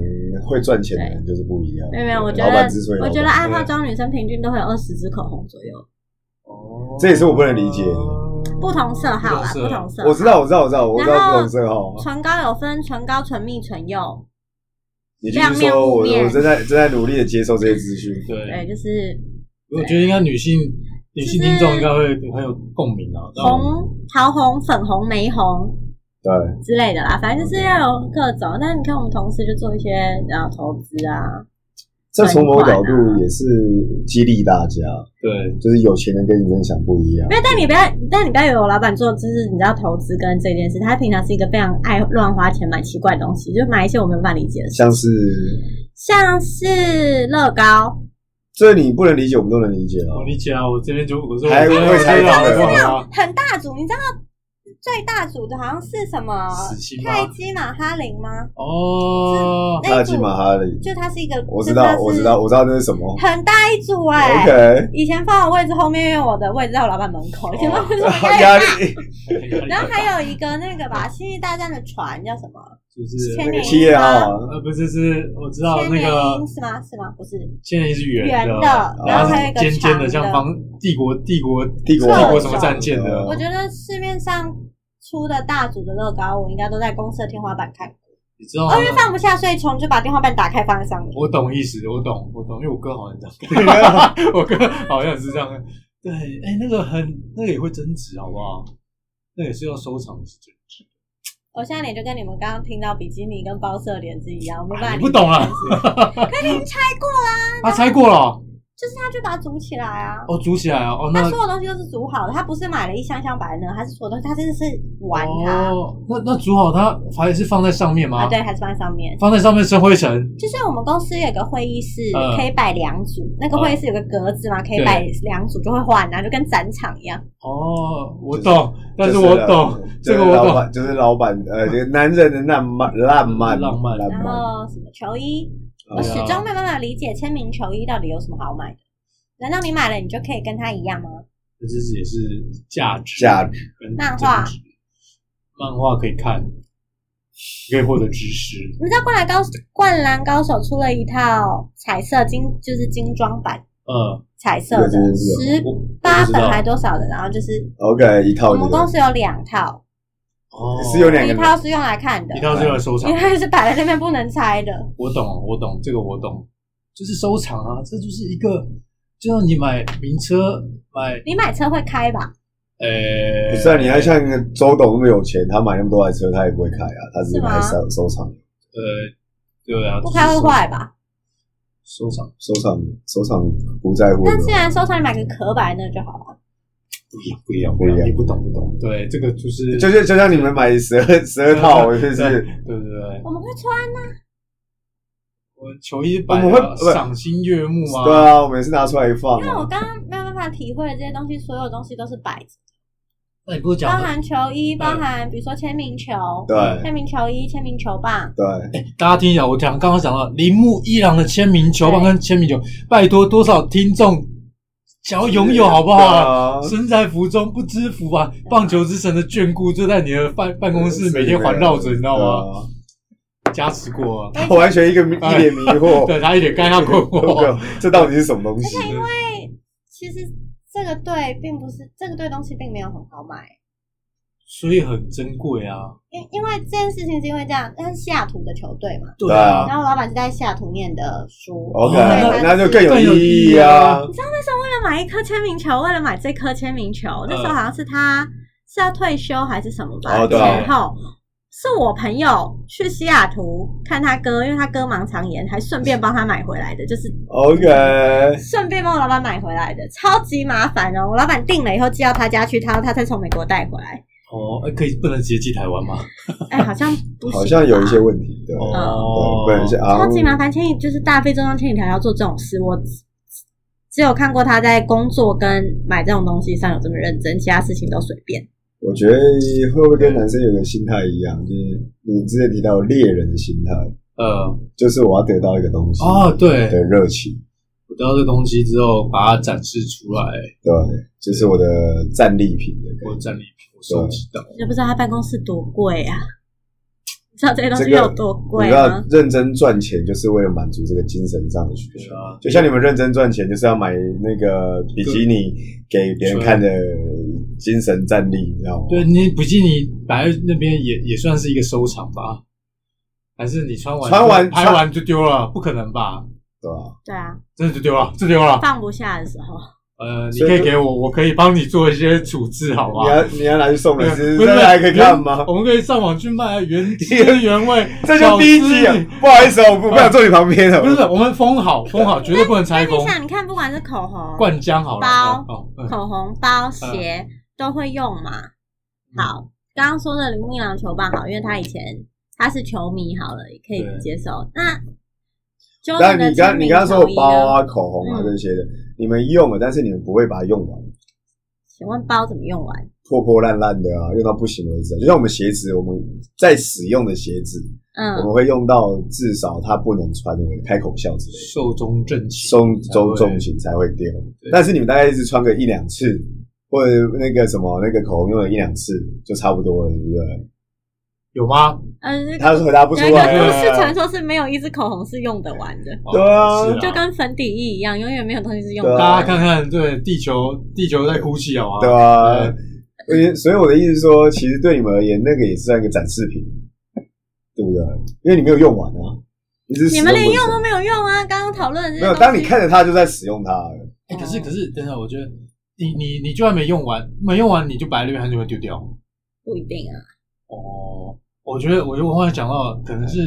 Speaker 2: 会赚钱的人就是不一样。
Speaker 3: 没有没有，我觉
Speaker 2: 老
Speaker 3: 得
Speaker 2: 板之所以老
Speaker 3: 我
Speaker 2: 板
Speaker 3: 觉得爱化妆女生平均都会有二十支口红左右，
Speaker 1: 哦
Speaker 2: 这也是我不能理解的
Speaker 3: 不同色号啦，不同色
Speaker 2: 嗯
Speaker 3: 号。
Speaker 2: 我知道，我知道，我知道，我知
Speaker 3: 然
Speaker 2: 道
Speaker 3: 后
Speaker 2: 不同色号。啊
Speaker 3: 唇膏有分唇膏、唇蜜、唇釉，
Speaker 2: 你继续
Speaker 3: 亮面
Speaker 2: 说，我
Speaker 3: 雾面
Speaker 2: 我正在正在努力的接受这些资讯。
Speaker 1: 对
Speaker 3: 对，，就是
Speaker 2: 嗯
Speaker 1: 我觉得应该女性女性听众应该会很有共鸣啊，那我
Speaker 3: 红、桃红、粉红、玫红
Speaker 2: 对，
Speaker 3: 之类的啦，反正就是要有各种。但你看我们同事就做一些然后投资啊，
Speaker 2: 这从某角
Speaker 3: 存款
Speaker 2: 度
Speaker 3: 啊
Speaker 2: 也是激励大家，
Speaker 1: 对
Speaker 2: 就是有钱人跟你真的想不一样
Speaker 3: 没。有，但你不要，但你不要以为我老板做就是你知道投资跟这件事，他平常是一个非常爱乱花钱买奇怪的东西，就买一些我没有办法理解的事，
Speaker 2: 像是
Speaker 3: 像是乐高，
Speaker 2: 这你不能理解，我们都能理解哦
Speaker 1: 我。理解啊，我这边就我说
Speaker 2: 还
Speaker 1: 我
Speaker 2: 会猜到
Speaker 1: 我
Speaker 2: 的
Speaker 1: 啊，
Speaker 3: 很大组，你知道最大组的好像是什么
Speaker 1: 死心吗
Speaker 3: 泰姬玛哈林吗？
Speaker 1: 哦，
Speaker 3: 那
Speaker 2: 大
Speaker 3: 一
Speaker 2: 吉
Speaker 3: 组
Speaker 2: 马哈里，
Speaker 3: 就它是一个，
Speaker 2: 我知道，我知道，，我知道那是什么。
Speaker 3: 很大一组哎、
Speaker 2: OK，
Speaker 3: 以前放我位置后面，因为我的位置在我老板门口，以前放我位置应
Speaker 2: [laughs]
Speaker 3: 该
Speaker 2: 压力
Speaker 3: 然后还有一个那个吧，《星际大战》的船叫什么？
Speaker 1: 就是
Speaker 3: 千
Speaker 1: 那
Speaker 3: 年
Speaker 1: 个
Speaker 3: 一
Speaker 2: 七月号啊，
Speaker 1: 呃不是是我知道
Speaker 3: 千
Speaker 1: 那
Speaker 3: 年
Speaker 1: 个嗯
Speaker 3: 鹰是吗？是吗？不是，
Speaker 1: 千年一是圆
Speaker 3: 圆的
Speaker 1: 然
Speaker 2: 然后
Speaker 1: 后
Speaker 3: 还有一
Speaker 1: 是
Speaker 3: 个
Speaker 1: 尖尖的，
Speaker 3: 长
Speaker 1: 像
Speaker 3: 的
Speaker 1: 方帝国帝国
Speaker 2: 帝国
Speaker 3: 这
Speaker 1: 帝国
Speaker 3: 种
Speaker 1: 什么战舰
Speaker 2: 哦
Speaker 1: 的，
Speaker 3: 我觉得市面上出的大组的乐高，我应该都在公司的天花板看过。
Speaker 1: 你知道吗
Speaker 3: 哦，因？为放不下，所以虫就把天花板打开放在上面。
Speaker 1: 我懂意思，我懂，我懂，因为我哥好像这 [laughs] 样，我哥好像是这样。对，哎、那个很，那个也会增值，好不好？那也是要收藏的时间。
Speaker 3: 我现在脸就跟你们刚刚听到比基尼跟包色脸是一样，我没办
Speaker 1: 哎
Speaker 3: 法
Speaker 1: 你
Speaker 3: 理解。
Speaker 1: 不懂啊？
Speaker 3: 可是你已经拆过啊啦，
Speaker 1: [laughs] 他拆过了哦，
Speaker 3: 就是他就把它组起来啊。
Speaker 1: 哦，组起来哦，哦，那
Speaker 3: 他所有东西都是组好的，他不是买了一箱箱摆在那，他是所有东西，他真的是玩它、
Speaker 1: 哦，那那煮好它还是放在上面吗？
Speaker 3: 啊，对，还是放在上面。
Speaker 1: 放在上面生灰尘。
Speaker 3: 就是我们公司有个会议室，
Speaker 1: 嗯
Speaker 3: 可以摆两组，那个会议室有个格子嘛，可以摆两组就会换啊，就跟展场一样。
Speaker 1: 哦，我懂，但是我懂，
Speaker 2: 就
Speaker 1: 这
Speaker 2: 是
Speaker 1: 个我
Speaker 2: 老
Speaker 1: 懂。
Speaker 2: 板就是老板，呃，这个男人的浪漫，浪漫，
Speaker 1: 浪漫
Speaker 2: 浪
Speaker 3: 然
Speaker 2: 漫。
Speaker 3: 后什么球衣，
Speaker 2: 啊
Speaker 3: 我始终没有办法理解签名球衣到底有什么好买的。难道你买了你就可以跟他一样吗？
Speaker 1: 这是也是价值，
Speaker 2: 价值
Speaker 1: 跟
Speaker 3: 漫画
Speaker 1: 增值，漫画可以看，可以获得知识。
Speaker 3: 你知道《灌篮高手》《灌篮高手》出了一套彩色精，就是精装版
Speaker 1: 嗯，
Speaker 3: 彩色
Speaker 2: 有
Speaker 3: 的
Speaker 2: 这件事
Speaker 3: 十
Speaker 1: 我
Speaker 3: 八
Speaker 1: 我知道
Speaker 3: 本还多少的，然后就是。
Speaker 2: OK，一套
Speaker 3: 我
Speaker 2: 这
Speaker 3: 们
Speaker 2: 个
Speaker 3: 公司有两套，
Speaker 1: 哦
Speaker 2: 是有哦两
Speaker 3: 一
Speaker 2: 个
Speaker 3: 套是用来看的
Speaker 1: 一，套是要收藏
Speaker 3: 因，为是摆在那边不能拆的。
Speaker 1: 我懂，我懂，这个我懂，就是收藏啊，这就是一个，就像你买名车，买
Speaker 3: 你买车会开吧？
Speaker 1: 呃，
Speaker 2: 不是啊，你要像周董那么有钱，他买那么多台车，他也不会开啊，他只是拿来
Speaker 3: 是
Speaker 2: 收收藏、
Speaker 1: 呃，对啊，
Speaker 3: 不开会坏吧？
Speaker 1: 收藏
Speaker 2: 收藏、收藏，不在乎有没
Speaker 3: 但
Speaker 2: 有。
Speaker 3: 既然收藏，你买个壳摆在那就好了。
Speaker 1: 不一样，不一样，
Speaker 2: 不一样
Speaker 1: 你不懂，不懂，对，这个就是
Speaker 2: 就像就像你们买十二十二套，就
Speaker 1: 对对
Speaker 2: 是
Speaker 1: 对对，
Speaker 3: 我们会穿呢、
Speaker 1: 我球衣摆
Speaker 2: 我们
Speaker 1: 啊
Speaker 2: 会不是
Speaker 1: 赏心悦目
Speaker 2: 对
Speaker 1: 啊，
Speaker 2: 啊，我每次拿出来放
Speaker 3: 因为我
Speaker 2: 啊。
Speaker 3: 刚刚没有办法体会这些东西，所有东西都是摆着，
Speaker 1: 那你不是
Speaker 3: 包
Speaker 1: 讲
Speaker 3: 含球衣，包含比如说签名球、
Speaker 2: 对
Speaker 3: 签名球衣、签名球棒，
Speaker 2: 对，
Speaker 1: 大家听一下，我讲刚刚讲到铃木一郎的签名球棒跟签名球，拜托多少听众想要拥有好不好啊？
Speaker 2: 对啊？
Speaker 1: 身在福中不知福啊！棒球之神的眷顾就在你的办办公室每天环绕着，你知道吗？
Speaker 2: 吗？
Speaker 1: 加持过啊，哦
Speaker 2: 我完全一个迷一脸迷
Speaker 1: [laughs]
Speaker 2: 惑，
Speaker 1: 对他一点尴尬困 [laughs] 惑。
Speaker 2: 这到底是什么东西？
Speaker 3: 其实这个对并不是这个对东西并没有很好买，
Speaker 1: 所以很珍贵啊。
Speaker 3: 因因为这件事情是因为这样，那是西雅图的球队嘛，
Speaker 1: 对
Speaker 2: 啊
Speaker 1: 啊，
Speaker 3: 然后我老板是在西雅图念的书
Speaker 2: OK，
Speaker 3: 所以
Speaker 1: 哦
Speaker 3: 他
Speaker 2: 那
Speaker 3: 就是
Speaker 2: 就更有意义啊！
Speaker 3: 为了买一颗签名球，为了买这颗签名球，那时候好像是他是要退休还是什么吧？
Speaker 2: 嗯哦对
Speaker 1: 啊
Speaker 3: 然后是我朋友去西雅图看他哥，因为他哥盲肠炎，还顺便帮他买回来
Speaker 2: 嗯
Speaker 3: 的，就是
Speaker 2: OK，
Speaker 3: 顺便帮我老板买回来的，超级麻烦哦。我老板订了以后寄到他家去，他他再从美国带回来。
Speaker 1: 哦，哎可以不能直接寄台湾吗？
Speaker 2: [laughs]
Speaker 3: 哎，好像不行吧
Speaker 2: 好像有一些问题，对，对
Speaker 1: 哦
Speaker 2: 不，然是啊
Speaker 3: 超，级麻烦，千里就是大费周章千里迢迢做这种事，我只只有看过他在工作跟买这种东西上有这么认真，其他事情都随便。
Speaker 2: 我觉得会不会跟男生有个心态一样，就是你之前提到猎人的心态，
Speaker 1: 呃，
Speaker 2: 就是我要得到一个东西
Speaker 1: 哦，对，
Speaker 2: 的热情，
Speaker 1: 我得到这东西之后，把它展示出来，
Speaker 2: 对，就是我的战利品的感
Speaker 1: 我
Speaker 2: 觉。
Speaker 1: 战利品，我收集到。
Speaker 3: 你知不知道他办公室多贵啊？ [laughs] 你知道这些东西
Speaker 2: 这个
Speaker 3: 有多
Speaker 2: 你
Speaker 3: 贵
Speaker 2: 知道
Speaker 3: 吗？，
Speaker 2: 认真赚钱就是为了满足这个精神上的需
Speaker 1: 对
Speaker 2: 求。
Speaker 1: 啊，
Speaker 2: 就像你们认真赚钱，就是要买那个比基尼给别人看的精神战力，你知道吗？
Speaker 1: 对你比基尼摆在那边也也算是一个收藏吧？还是你穿完
Speaker 2: 穿完
Speaker 1: 拍完就丢了？不可能吧？
Speaker 2: 对吧？
Speaker 3: 对啊，
Speaker 1: 真的就丢了，就丢了。
Speaker 3: 放不下的时候，
Speaker 1: 呃，你
Speaker 2: 所以
Speaker 1: 可以
Speaker 2: 就
Speaker 1: 给我，我可以帮你做一些处置，好不好
Speaker 2: 你？要你要拿去送人
Speaker 1: 不是
Speaker 2: 是这还可以看吗，
Speaker 1: 原？我们可以上网去卖原汁原味
Speaker 2: [laughs] 这就低级
Speaker 1: 小
Speaker 2: 啊
Speaker 1: 资！
Speaker 2: 不好意思，我不不想坐你旁边哦了。
Speaker 1: 不是，我们封好，封好，绝对不能拆
Speaker 3: 你
Speaker 1: 封。
Speaker 3: 想，你看，不管是口红、
Speaker 1: 灌浆好了，
Speaker 3: 包
Speaker 1: 哦，嗯
Speaker 3: 口红、包、鞋都会用嘛。
Speaker 2: 嗯
Speaker 3: 好，刚刚说的铃木一郎球棒好，因为他以前他是球迷，好了，也可以
Speaker 1: 对
Speaker 3: 接受。那就
Speaker 2: 但你刚你刚刚说我包啊、口红啊
Speaker 3: 嗯
Speaker 2: 这些的，你们用了，但是你们不会把它用完，
Speaker 3: 请问包怎么用完？
Speaker 2: 破破烂烂的啊，用到不行为止啊。就像我们鞋子，我们在使用的鞋子，我们
Speaker 3: 嗯，
Speaker 2: 会用到至少它不能穿为开口笑之类的，
Speaker 1: 寿终正寝，
Speaker 2: 松周
Speaker 1: 才会
Speaker 2: 重型才会掉
Speaker 1: 对。
Speaker 2: 但是你们大概是穿个一两次，或者那个什么那个口红用了一两次就差不多了，对不对？
Speaker 1: 有吗？
Speaker 3: 呃，是
Speaker 2: 他是回答不出
Speaker 3: 有一个
Speaker 1: 对
Speaker 2: 来。啊
Speaker 1: 对
Speaker 3: 都
Speaker 1: 对啊
Speaker 3: 市传说是没有一支口红是用得完的，
Speaker 1: 哦
Speaker 2: 对啊
Speaker 1: 是
Speaker 3: 就跟粉底液一样，永远没有东西是用
Speaker 2: 对
Speaker 3: 得
Speaker 2: 啊
Speaker 1: 大
Speaker 3: 完
Speaker 1: 家看看，对地球，地球在哭泣好吗？
Speaker 2: 对啊，所以所以我的意思是说，其实对你们而言，那个也是算一个展示品，对不对？因为你没有用完啊，你只是
Speaker 3: 你
Speaker 2: 使
Speaker 3: 们连
Speaker 2: 过一
Speaker 3: 用
Speaker 2: 次
Speaker 3: 都没有用啊！刚刚讨论的这些
Speaker 2: 没有。
Speaker 3: 东
Speaker 2: 当你
Speaker 3: 西
Speaker 2: 看着它，就在使用它了。
Speaker 1: 哎、可是可是，等等，我觉得你你你就算没用完，没用完你就摆在那边，它就会丢掉。
Speaker 3: 不一定啊，
Speaker 1: 哦，我觉得，我觉得我刚才讲到，可能是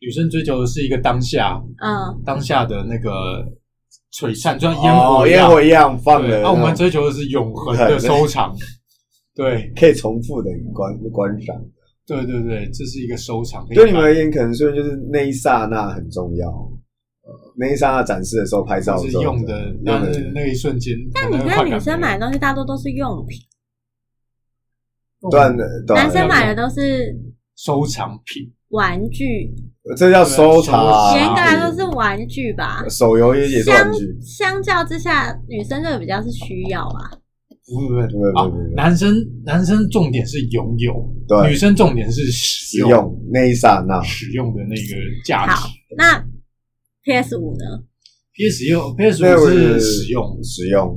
Speaker 1: 女生追求的是一个当下，
Speaker 3: 嗯，
Speaker 1: 当下的那个璀璨，就像烟
Speaker 2: 哦
Speaker 1: 火一
Speaker 2: 烟
Speaker 1: 样。
Speaker 2: 火一样嗯放
Speaker 1: 对，
Speaker 2: 了，
Speaker 1: 啊，我们追求的是永恒的收藏。对，
Speaker 2: 可以重复的观观赏。
Speaker 1: 对对对，这是一个收藏。
Speaker 2: 对你们而言，可能说就是那一刹那很重要。呃那一刹那展示的时候拍照
Speaker 1: 就
Speaker 2: 的
Speaker 1: 是
Speaker 2: 时候
Speaker 1: 用的那
Speaker 2: 用的
Speaker 1: 那一瞬间。
Speaker 3: 但你看女生买的东西大多都是用品，
Speaker 2: 断的，
Speaker 1: 嗯
Speaker 2: 对啊
Speaker 3: 男生买的都是
Speaker 1: 收藏品，
Speaker 3: 玩具，
Speaker 2: 这叫收藏啊，
Speaker 1: 对
Speaker 3: 严格来说
Speaker 1: 收
Speaker 3: 是玩具吧。
Speaker 2: 手游也也是玩
Speaker 3: 相
Speaker 2: 具，
Speaker 3: 相较之下，女生这个比较是需要啊，
Speaker 1: 不不
Speaker 2: 对
Speaker 1: 不
Speaker 2: 对
Speaker 1: 啊
Speaker 2: 对，对
Speaker 1: 男生男生重点是拥有，女
Speaker 2: 对，
Speaker 1: 生重点是使
Speaker 2: 使用那一刹那，
Speaker 1: 使用的那个价值
Speaker 3: 好。那 PS 五呢？
Speaker 1: PS 六 PS
Speaker 2: 对
Speaker 1: 五
Speaker 2: 我
Speaker 1: 是使用，
Speaker 2: 使用，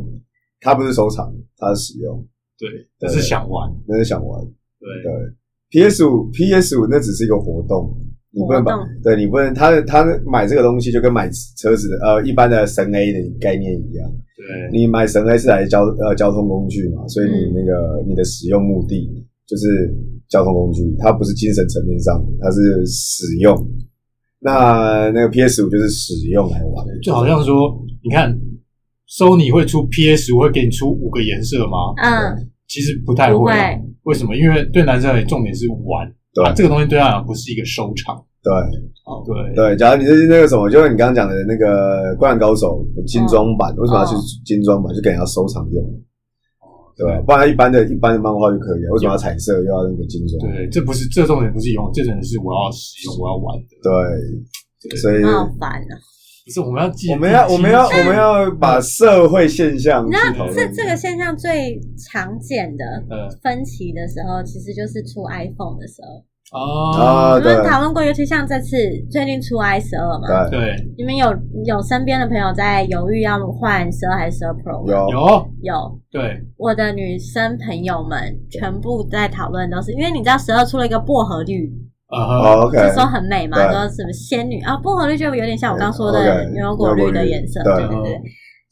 Speaker 2: 它不是收藏，它是使用，
Speaker 1: 对，
Speaker 2: 对
Speaker 1: 但是想玩，
Speaker 2: 那是想玩。
Speaker 1: 对
Speaker 2: 对 PS 五 PS 五那只是一个活动，你不能把
Speaker 3: 活动
Speaker 2: 对你不能，他他买这个东西就跟买车子的呃一般的神 A 的概念一样，
Speaker 1: 对
Speaker 2: 你买神 A 是来交呃交通工具嘛，所以你那个、你的使用目的就是交通工具，它不是精神层面上的，它是使用。那那个 PS 五就是使用来玩，
Speaker 1: 就好像说，你看，Sony 会出 PS 五会给你出五个颜色吗？
Speaker 3: 嗯，
Speaker 1: 其实不太会啊、
Speaker 3: 不
Speaker 1: 为什么？因为对男生而言，重点是玩，
Speaker 2: 对
Speaker 1: 啊这个东西对他来讲不是一个收藏，
Speaker 2: 对
Speaker 3: 哦，
Speaker 1: 对，
Speaker 2: 对。假如你是那个什么，就是你刚刚讲的那个《灌篮高手》精装版，为什么要去精装版？就给人家收藏用。对吧？不然一般的一般的漫画就可以啊了，为什么要彩色又要那个金装？
Speaker 1: 对，这不是这重点不是用，这重点是我要使用，我要玩的，
Speaker 2: 对，所以
Speaker 3: 那好烦啊！
Speaker 1: 不是我们要记，
Speaker 2: 我们要
Speaker 1: 记
Speaker 2: 我们要我们要把社会现象
Speaker 3: 你
Speaker 2: 去
Speaker 3: 知
Speaker 2: 讨
Speaker 3: 道
Speaker 2: 论
Speaker 3: 这这个现象最常见的
Speaker 1: 呃
Speaker 3: 分歧的时候，其实就是出 iPhone 的时候。
Speaker 1: 啊，
Speaker 2: 啊，
Speaker 3: 我
Speaker 2: 对
Speaker 3: 们讨论过，尤其像这次最近出 i 十二嘛，
Speaker 2: 对，啊
Speaker 1: 对，
Speaker 3: 你们有有身边的朋友在犹豫要换十二还是十二 Pro 吗？
Speaker 2: 有
Speaker 1: 有
Speaker 3: 有，
Speaker 1: 对
Speaker 3: 我的女生朋友们全部在讨论都是，因为你知道十二出了一个薄荷绿，
Speaker 1: 呃，
Speaker 2: 哦 OK，
Speaker 3: 就说很美嘛，
Speaker 2: 对
Speaker 3: 说什么仙女啊，薄荷绿就有点像我刚说的
Speaker 2: OK，
Speaker 3: 牛油果绿的颜色，
Speaker 2: 牛
Speaker 3: 对
Speaker 2: 油果
Speaker 1: 绿
Speaker 3: 对
Speaker 1: 对
Speaker 3: 对。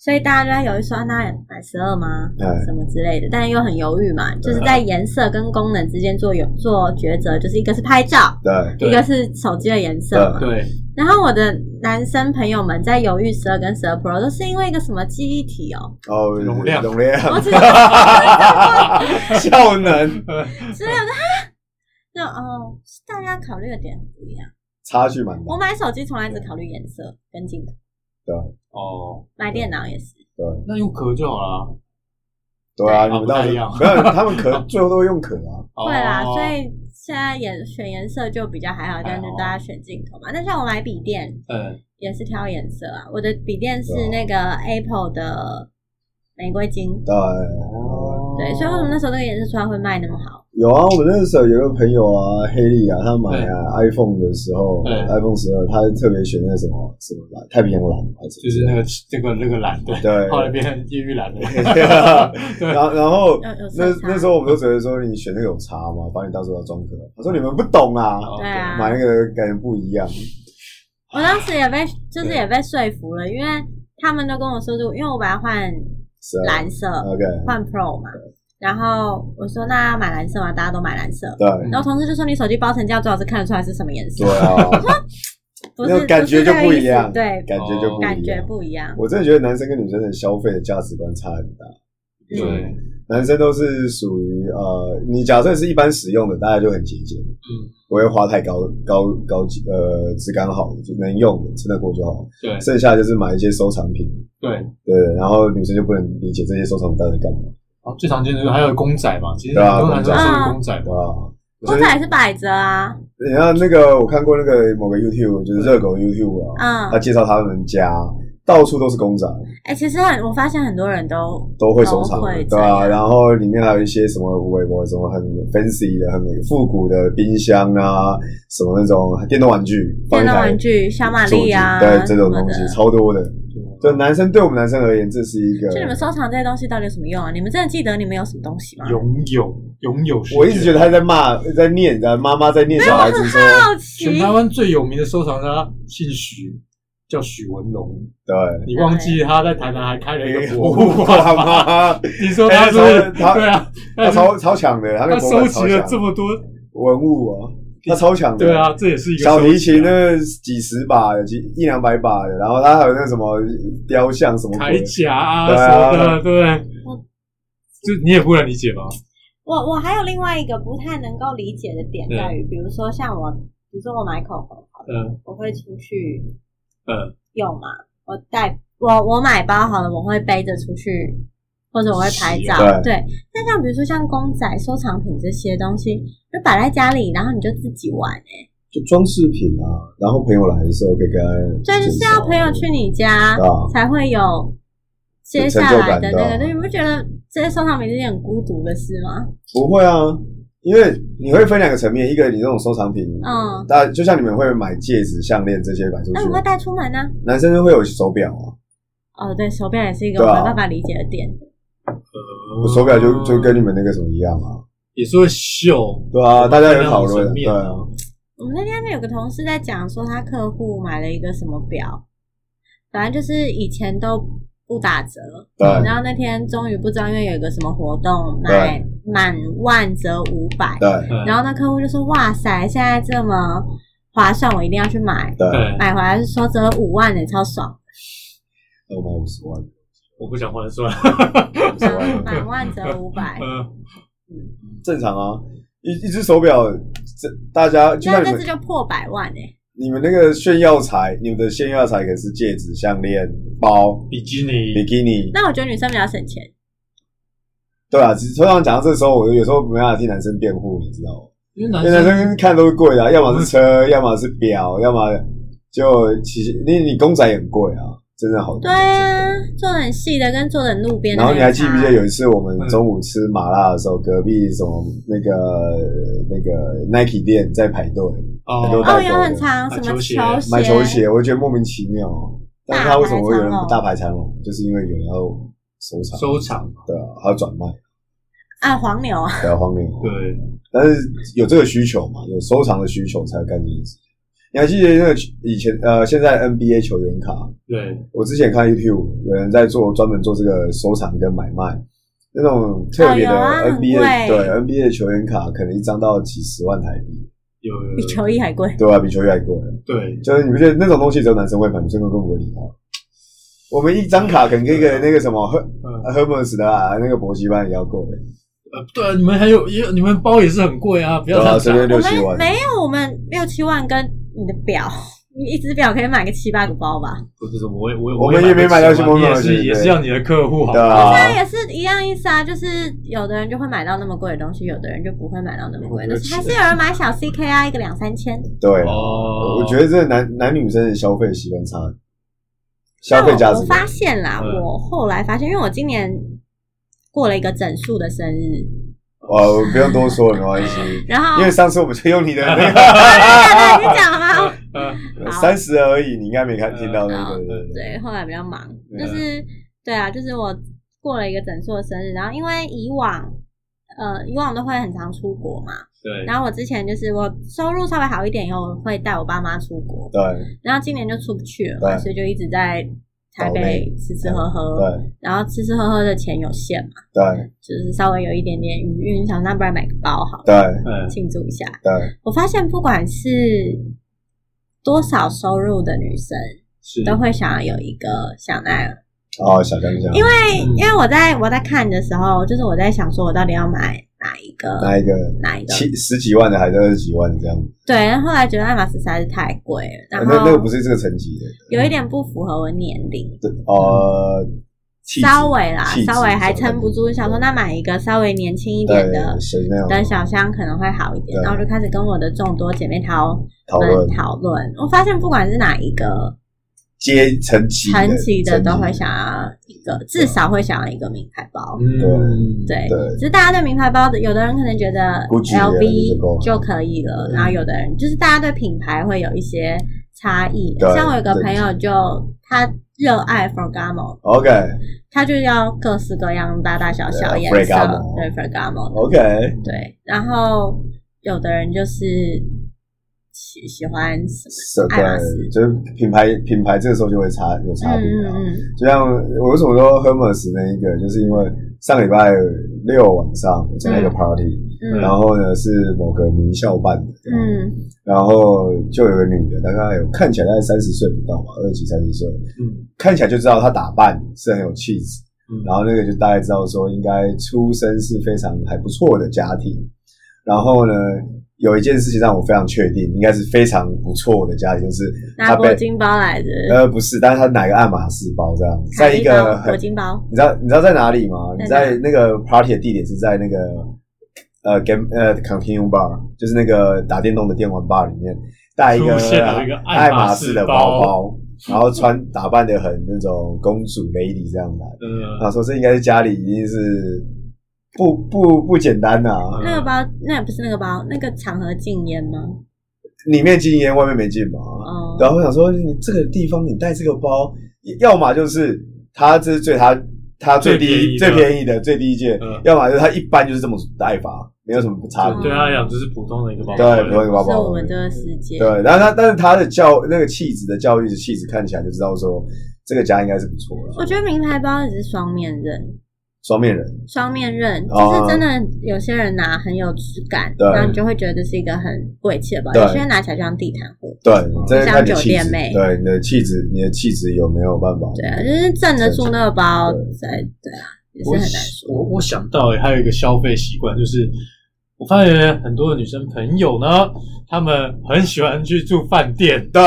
Speaker 3: 所以大家都在犹豫说，啊那买十二吗？
Speaker 2: 哎
Speaker 3: 什么之类的，但又很犹豫嘛，就是在颜色跟功能之间做有做抉择，就是一个是拍照，
Speaker 2: 对
Speaker 1: 对
Speaker 3: 一个是手机的颜色嘛。
Speaker 1: 对
Speaker 3: 然后我的男生朋友们在犹豫十二跟十二 Pro，都是因为一个什么记忆体哦，
Speaker 2: 哦，
Speaker 1: 容量
Speaker 2: 容 [laughs] 量，
Speaker 3: 我只
Speaker 2: 效能
Speaker 3: 之类的，啊就哦，大家考虑的点不一样。
Speaker 2: 差距蛮大
Speaker 3: 我，买手机从来只考虑颜色跟镜头，
Speaker 1: 哦，
Speaker 3: 买电脑也是。
Speaker 2: 对
Speaker 1: 那用壳就好了，
Speaker 2: 对啊，
Speaker 1: 哦
Speaker 2: 你们到
Speaker 1: 不太
Speaker 2: 底
Speaker 1: 一
Speaker 2: 没
Speaker 1: 样
Speaker 2: 有他们壳最后都会用壳啊，
Speaker 1: 哦
Speaker 3: 会啦，所以现在颜选颜色就比较还好，但
Speaker 1: 还
Speaker 3: 是
Speaker 1: 好
Speaker 3: 大家选镜头嘛。那像我买笔电，
Speaker 1: 嗯
Speaker 3: 也是挑颜色啊。我的笔电是
Speaker 2: 对啊
Speaker 3: 那个 Apple 的玫瑰金，
Speaker 2: 对。
Speaker 1: 哦
Speaker 3: 对，所以为什么那时候那个颜色出来会卖那么好？
Speaker 2: 有啊，我那个时候有个朋友啊，黑利啊，他买啊 iPhone 的时候
Speaker 1: 对
Speaker 2: ，iPhone 十二，他特别选那个什么什么蓝，太平洋蓝还是
Speaker 1: 就是那个这个那个蓝，对，
Speaker 2: 对 [laughs]
Speaker 1: 后来变成越狱蓝了，对
Speaker 2: 然后然后
Speaker 3: 有有
Speaker 2: 那
Speaker 3: 色差
Speaker 2: 那时候我们都觉得说你选那个有差吗？反正你到时候要装壳。他说你们不懂啊，
Speaker 1: 哦
Speaker 3: 对啊
Speaker 2: 买那个感觉不一样。
Speaker 3: 我当时也被就是也被说服了，因为他们都跟我说，就因为我把它换
Speaker 2: 是啊
Speaker 3: 蓝色，
Speaker 2: ，OK，
Speaker 3: 换 Pro 嘛。然后我说那买蓝色嘛，大家都买蓝色。
Speaker 2: 对
Speaker 1: 嗯
Speaker 3: 然后同事就说你手机包成这样，最好是看得出来是什么颜色
Speaker 2: 对，
Speaker 3: [laughs]
Speaker 2: 啊，
Speaker 3: 不
Speaker 2: 那
Speaker 3: 是
Speaker 2: 种感觉就不一样
Speaker 3: 不是那个意思
Speaker 2: 感觉就不
Speaker 1: 哦
Speaker 2: 一样
Speaker 3: 对，感觉不一样。
Speaker 2: 我真的觉得男生跟女生的消费的价值观差很大。
Speaker 1: 对，
Speaker 3: 嗯
Speaker 1: 嗯
Speaker 2: 男生都是属于呃，你假设是一般使用的，大家就很节俭，
Speaker 1: 嗯，
Speaker 2: 不会花太高高高级呃质感好的，就能用的撑得过就好。
Speaker 1: 对
Speaker 2: 剩下就是买一些收藏品，
Speaker 1: 对，然
Speaker 2: 对，然后女生就不能理解这些收藏品到底在干嘛，
Speaker 1: 后哦最常见的就是还有公仔嘛，其实
Speaker 2: 对啊
Speaker 1: 很多男生都
Speaker 3: 公
Speaker 1: 有
Speaker 3: 仔
Speaker 1: 公仔
Speaker 2: 对
Speaker 1: 嘛，
Speaker 2: 吧？
Speaker 3: 公仔也是摆着啊，
Speaker 2: 你看那个，我看过那个某个 YouTube，就是热狗 YouTube 啊，
Speaker 3: 嗯
Speaker 2: 他介绍他们家，到处都是公仔，
Speaker 3: 哎、其实很我发现很多人都
Speaker 2: 都会收藏
Speaker 3: 都会，
Speaker 2: 对
Speaker 3: 这
Speaker 2: 吧、
Speaker 3: 样
Speaker 2: 然后里面还有一些什么微博，什么很 fancy 的、很复古的冰箱啊，什么那种电动玩具，
Speaker 3: 电动玩具、小
Speaker 2: 放
Speaker 3: 玛
Speaker 2: 一台手机
Speaker 3: 丽啊，
Speaker 2: 对这种
Speaker 3: 什么
Speaker 2: 东
Speaker 3: 的
Speaker 2: 西超多的。
Speaker 1: 啊
Speaker 2: 就嗯男生对我们男生而言，这是一个
Speaker 3: 就你们收藏这些东西到底有什么用啊？你们真的记得你们有什么东西吗？
Speaker 1: 拥有拥有世界，
Speaker 2: 我一直觉得他在骂，在念，然后妈妈在念小孩子说，
Speaker 3: 好
Speaker 1: 全
Speaker 3: 奇，
Speaker 1: 台湾最有名的收藏家姓许，叫许文龙。
Speaker 2: 对，
Speaker 1: 你忘记他在台南还开了一个博
Speaker 2: 我
Speaker 1: 物馆吗？
Speaker 2: 妈，
Speaker 1: [laughs] 你说他是
Speaker 2: 他
Speaker 1: 对啊，
Speaker 2: 他
Speaker 1: 他
Speaker 2: 超超强的，他
Speaker 1: 他
Speaker 2: 那个
Speaker 1: 收集了这
Speaker 2: 么
Speaker 1: 么多，
Speaker 2: 文物啊，他超强的，
Speaker 1: 对啊，这也是一个
Speaker 2: 小
Speaker 1: 收集
Speaker 2: 提琴那几十把的，几一两百把的，然后他还有那什么雕像什么
Speaker 1: 铠
Speaker 2: 鬼，
Speaker 1: 甲啊
Speaker 2: 对
Speaker 1: 什
Speaker 2: 啊
Speaker 1: 么的，对不对？就你也不能理解吧？
Speaker 3: 我我还有另外一个不太能够理解的点
Speaker 1: 嗯
Speaker 3: 在于，比如说像我，比如说我买口红，
Speaker 1: 嗯
Speaker 3: 我会出去
Speaker 1: 嗯，
Speaker 3: 用嘛，我带我我买包好了，我会背着出去，或者我会拍照
Speaker 2: 是啊。
Speaker 3: 对，那像比如说像公仔、收藏品这些东西，就摆在家里，然后你就自己玩、欸。
Speaker 2: 就装饰品啊。然后朋友来的时候可以跟他，
Speaker 3: 所以就是要朋友去你家
Speaker 2: 对啊
Speaker 3: 才会有接
Speaker 2: 有成
Speaker 3: 下
Speaker 2: 就
Speaker 3: 来
Speaker 2: 感
Speaker 3: 的
Speaker 2: 对
Speaker 3: 那
Speaker 2: 啊
Speaker 3: 个。对，你不觉得这些收藏品是一件很孤独的事吗？
Speaker 2: 不会啊，因为你会分两个层面，一个你那种收藏品，
Speaker 3: 嗯，
Speaker 2: 大就像你们会买戒指、项链这些摆出
Speaker 3: 那你会
Speaker 2: 去，
Speaker 3: 带出门呢、啊
Speaker 2: 男生就会有手表啊，
Speaker 3: 哦，对，手表也是一个
Speaker 2: 对
Speaker 3: 我
Speaker 2: 啊
Speaker 3: 没办法理解的点。
Speaker 2: 我手表
Speaker 1: 哦
Speaker 2: 就就跟你们那个什么一样啊，
Speaker 1: 呃也是会秀，
Speaker 2: 对啊，大家有讨
Speaker 1: 那种
Speaker 2: 论，
Speaker 1: 层
Speaker 2: 对
Speaker 1: 面啊
Speaker 2: 啊，
Speaker 3: 我们那天有个同事在讲说，他客户买了一个什么表，反正就是以前都不打折，
Speaker 2: 对
Speaker 3: 然后那天终于不知道因为有一个什么活动，买满万折五百，
Speaker 2: 对
Speaker 1: 嗯
Speaker 3: 然后那客户就说：“哇塞，现在这么划算，我一定要去买。”
Speaker 2: 对，
Speaker 1: 对，
Speaker 3: 买回来是说折五万也超爽，
Speaker 2: 那我买五十万，
Speaker 1: 我不想换算，，
Speaker 3: 满
Speaker 2: [laughs]
Speaker 3: 满万折五百
Speaker 1: 嗯，
Speaker 2: 正常啊。一一只手表，这大家就
Speaker 3: 那
Speaker 2: 像你
Speaker 3: 这
Speaker 2: 们
Speaker 3: 次就破百万哎、
Speaker 2: 你们那个炫耀财，你们的炫耀财可是戒指、项链、包、
Speaker 1: 比基尼
Speaker 2: 比基尼。
Speaker 3: 那我觉得女生比较省钱，
Speaker 2: 对啊，其实通常讲到这时候，我有时候没办法替男生辩护，你知道吗？
Speaker 1: 因为男
Speaker 2: 因为男生看啊都是贵的啊、要么是车，要么是表，要么就其实你你公仔也很贵啊，真的好多。
Speaker 3: 对啊，做的很细的跟做的很路边的
Speaker 2: 然
Speaker 3: 没
Speaker 2: 后你还
Speaker 3: 有差，哦
Speaker 2: 记不记得有一次我们中午吃麻辣的时候，隔壁什么那个那个 Nike 店在排队很
Speaker 1: 哦，
Speaker 2: 多大
Speaker 3: 哦，
Speaker 2: 狗
Speaker 3: 有很长
Speaker 1: 买
Speaker 3: 什
Speaker 1: 球
Speaker 3: 么
Speaker 1: 鞋
Speaker 3: 球鞋，
Speaker 2: 买球，鞋，我觉得莫名其妙。但是他为什么会有人大排长龙？就是因为有人要收藏，
Speaker 1: 收藏，
Speaker 2: 对啊，还要转卖，
Speaker 3: 啊，黄牛啊，
Speaker 2: 比较方便。
Speaker 1: 对，
Speaker 2: 但是有这个需求嘛，有收藏的需求才会干这件事。你还记得那个以前呃，现在 NBA 球员卡？
Speaker 1: 对，
Speaker 2: 我之前看 YouTube 有人在做专门做这个收藏跟买卖，那种特别的
Speaker 3: 哦有啊
Speaker 2: NBA、
Speaker 3: 很贵
Speaker 2: 对 NBA 的球员卡，可能一张到几十万台币，
Speaker 1: 有有
Speaker 3: 比球衣还贵。
Speaker 2: 对吧、啊比球员还贵。
Speaker 1: 对，
Speaker 2: 就是你不觉得那种东西只有男生会买，女生根本不会理他。啊我们一张卡可能跟一个那个什么赫
Speaker 1: 嗯，
Speaker 2: Hermes 的、啊、那个博西班也要贵，
Speaker 1: 呃，对啊，你们还有也你们包也是很贵啊，不
Speaker 2: 对
Speaker 1: 要
Speaker 2: 吧、
Speaker 1: 这
Speaker 2: 随
Speaker 1: 样
Speaker 2: 便
Speaker 1: 讲，
Speaker 2: 六
Speaker 3: 我
Speaker 2: 七万。
Speaker 3: 们没有，我们六七万跟你的表，你一只表可以买个七八个包吧？
Speaker 1: 不是我也我
Speaker 2: 我们也没买到
Speaker 1: 什
Speaker 2: 新
Speaker 1: 么，
Speaker 2: 梦
Speaker 1: 啊你也
Speaker 2: 想
Speaker 1: 是
Speaker 2: 对
Speaker 1: 也是要你的客户好
Speaker 2: 对
Speaker 1: 吗，
Speaker 2: 啊，
Speaker 3: 那也是一样意思啊，就是有的人就会买到那么贵的东西，有的人就不会买到那么贵的东西，
Speaker 1: 我
Speaker 3: 还
Speaker 1: 觉
Speaker 3: 是
Speaker 1: 得
Speaker 3: 有人买小 CK 啊，一个两三千。
Speaker 2: 对啊，
Speaker 1: 哦，
Speaker 2: 我觉得这男男女生的消费习惯差，消
Speaker 3: 但
Speaker 2: 费
Speaker 3: 我
Speaker 2: 价
Speaker 3: 我
Speaker 2: 值观
Speaker 3: 发现啦，
Speaker 1: 嗯
Speaker 3: 我后来发现，因为我今年过了一个整数的生日，
Speaker 2: 哦，我不用多说了，没关系。
Speaker 3: 然后
Speaker 2: 因为上次我们就用你的那
Speaker 3: 啊
Speaker 2: 个
Speaker 3: 你讲了吗？
Speaker 1: 嗯，
Speaker 3: 好
Speaker 2: 三十而已，你应该没看听到那个
Speaker 3: 好
Speaker 2: 对对对
Speaker 3: 对，后来比较忙，
Speaker 2: 嗯
Speaker 3: 就是对啊，就是我过了一个整数的生日，然后因为以往呃以往都会很常出国嘛，
Speaker 1: 对，
Speaker 3: 然后我之前就是我收入稍微好一点以后，我会带我爸妈出国，
Speaker 2: 对
Speaker 3: 然后今年就出不去了嘛，
Speaker 2: 对
Speaker 3: 所以就一直在台
Speaker 2: 岛
Speaker 3: 北
Speaker 2: 内
Speaker 3: 吃吃喝喝，
Speaker 2: 对
Speaker 3: 然后吃吃喝喝的钱有限嘛，
Speaker 2: 对
Speaker 3: 就是稍微有一点点余韵，想那不然买个包好了，
Speaker 2: 对
Speaker 1: 嗯，
Speaker 3: 庆祝一下。
Speaker 2: 对，
Speaker 3: 我发现不管是多少收入的女生，
Speaker 2: 嗯
Speaker 1: 是
Speaker 3: 都会想要有一个香奈儿。
Speaker 2: 哦，小香香，因为
Speaker 1: 嗯
Speaker 3: 哎因为我在我在看的时候，就是我在想说，我到底要买哪一个
Speaker 2: 拿一个
Speaker 3: 哪一个？
Speaker 2: 七十几万的还是二十几万的这样，
Speaker 3: 对，然后后来觉得爱马仕实在是太贵了，
Speaker 2: 那
Speaker 3: 然
Speaker 2: 那个
Speaker 3: 后
Speaker 2: 不是这个层级的，
Speaker 3: 有一点不符合我年龄，
Speaker 2: 对呃，气质
Speaker 3: 稍微啦
Speaker 2: 气质，
Speaker 3: 稍微还撑不住，想说那买一个稍微年轻一点的
Speaker 2: 对是那种
Speaker 3: 的小香可能会好一点。
Speaker 2: 对
Speaker 3: 然后我就开始跟我的众多姐妹淘
Speaker 2: 讨
Speaker 3: 们
Speaker 2: 论
Speaker 3: 讨论，我发现不管是哪一个
Speaker 2: 阶层级
Speaker 3: 传奇的都会
Speaker 2: 层级
Speaker 3: 想要一个，至少会想要一个名牌包。
Speaker 1: 嗯，
Speaker 3: 对，
Speaker 2: 对
Speaker 3: 只是大家对名牌包的，有的人可能觉得
Speaker 2: Gucci 啊就够了
Speaker 3: LV 就可以了，
Speaker 2: 嗯
Speaker 3: 然后有的人就是大家对品牌会有一些差异。
Speaker 2: 对
Speaker 3: 像我有个
Speaker 2: 对
Speaker 3: 朋友就他热爱 Ferragamo，
Speaker 2: OK
Speaker 3: 他就要各式各样、大大小小
Speaker 2: 对
Speaker 3: 颜
Speaker 2: 啊
Speaker 3: 色，
Speaker 2: Ferragamo
Speaker 3: 对 Ferragamo 的
Speaker 2: OK，
Speaker 3: 对，然后有的人就是喜喜欢什么？
Speaker 2: 是
Speaker 3: 爱马仕
Speaker 2: 对，就是品牌品牌这个时候就会差有差别
Speaker 3: 嗯
Speaker 2: 啊。
Speaker 3: 嗯
Speaker 2: 就像我为什么说 Hermes 那一个，就是因为上礼拜六晚上我参加一个
Speaker 3: 嗯
Speaker 2: party，、
Speaker 3: 嗯
Speaker 2: 然后呢是某个名校办的，
Speaker 3: 嗯，嗯，
Speaker 2: 然后就有个女的，大概有看起来大概三十岁不到吧，二十几三十岁，
Speaker 1: 嗯
Speaker 2: 看起来就知道她打扮是很有气质，
Speaker 1: 嗯，
Speaker 2: 然后那个就大概知道说应该出身是非常还不错的家庭，然后呢。有一件事情让我非常确定，应该是非常不错的家庭，就是她
Speaker 3: 拿
Speaker 2: 被
Speaker 3: 铂金包来的，
Speaker 2: 呃不是，但是她拿一个爱马仕包这样，
Speaker 3: 凯
Speaker 2: 在一
Speaker 3: 利
Speaker 2: 个
Speaker 3: 包
Speaker 2: 很
Speaker 3: 铂金包，
Speaker 2: 你知道你知道在哪里吗？你
Speaker 3: 在哪
Speaker 2: 在那个 party 的地点是在那个呃 game 呃 continue bar，就是那个打电动的电玩 bar 里面，带一个
Speaker 1: 出现了一个爱
Speaker 2: 爱
Speaker 1: 马
Speaker 2: 马
Speaker 1: 仕
Speaker 2: 仕的
Speaker 1: 包
Speaker 2: 包包，然后穿打扮的很那种公主 lady 这样来，然
Speaker 1: 呃，
Speaker 2: 后说这应该是家里一定是不不不简单呐、
Speaker 1: 嗯
Speaker 3: 那个包那不是那个包，那个场合禁烟吗？
Speaker 2: 里面禁烟，外面没禁嘛。
Speaker 3: 哦，
Speaker 2: 然后我想说，你这个地方你带这个包，要么就是他这是最他他最低
Speaker 1: 最
Speaker 2: 最
Speaker 1: 便宜的
Speaker 2: 便宜的最低阶
Speaker 1: 嗯，
Speaker 2: 要么就是他一般就是这么戴法，没有什么差别。
Speaker 1: 对他来讲就是普通的一个包包而已，
Speaker 2: 对，不用一个包
Speaker 3: 是
Speaker 2: 包
Speaker 3: 我
Speaker 2: 而已。
Speaker 3: 们这个世界，
Speaker 2: 对，啊然后他但是他的教那个气质的教育的气质看起来就知道说这个家应该是不错
Speaker 3: 我
Speaker 2: 的，
Speaker 3: 觉得名牌包也是双面刃，
Speaker 2: 双面人。
Speaker 3: 双面刃就
Speaker 2: 哦
Speaker 3: 是真的有些人拿很有质感，
Speaker 2: 对
Speaker 3: 然后你就会觉得这是一个很贵气的包，
Speaker 2: 对
Speaker 3: 有些人拿起来就像地毯货。
Speaker 2: 对，这是看你的
Speaker 3: 像酒
Speaker 2: 气
Speaker 3: 店
Speaker 2: 质，
Speaker 3: 妹
Speaker 2: 对你的气质，你的气质有没有办法？
Speaker 3: 对啊，就是站得住那个包
Speaker 2: 对，
Speaker 3: 在对啊，也是
Speaker 1: 我
Speaker 3: 很难
Speaker 1: 想
Speaker 3: 说。
Speaker 1: 我我想到、欸、还有一个消费习惯，就是我发现很多的女生朋友呢，她们很喜欢去住饭店
Speaker 2: 对，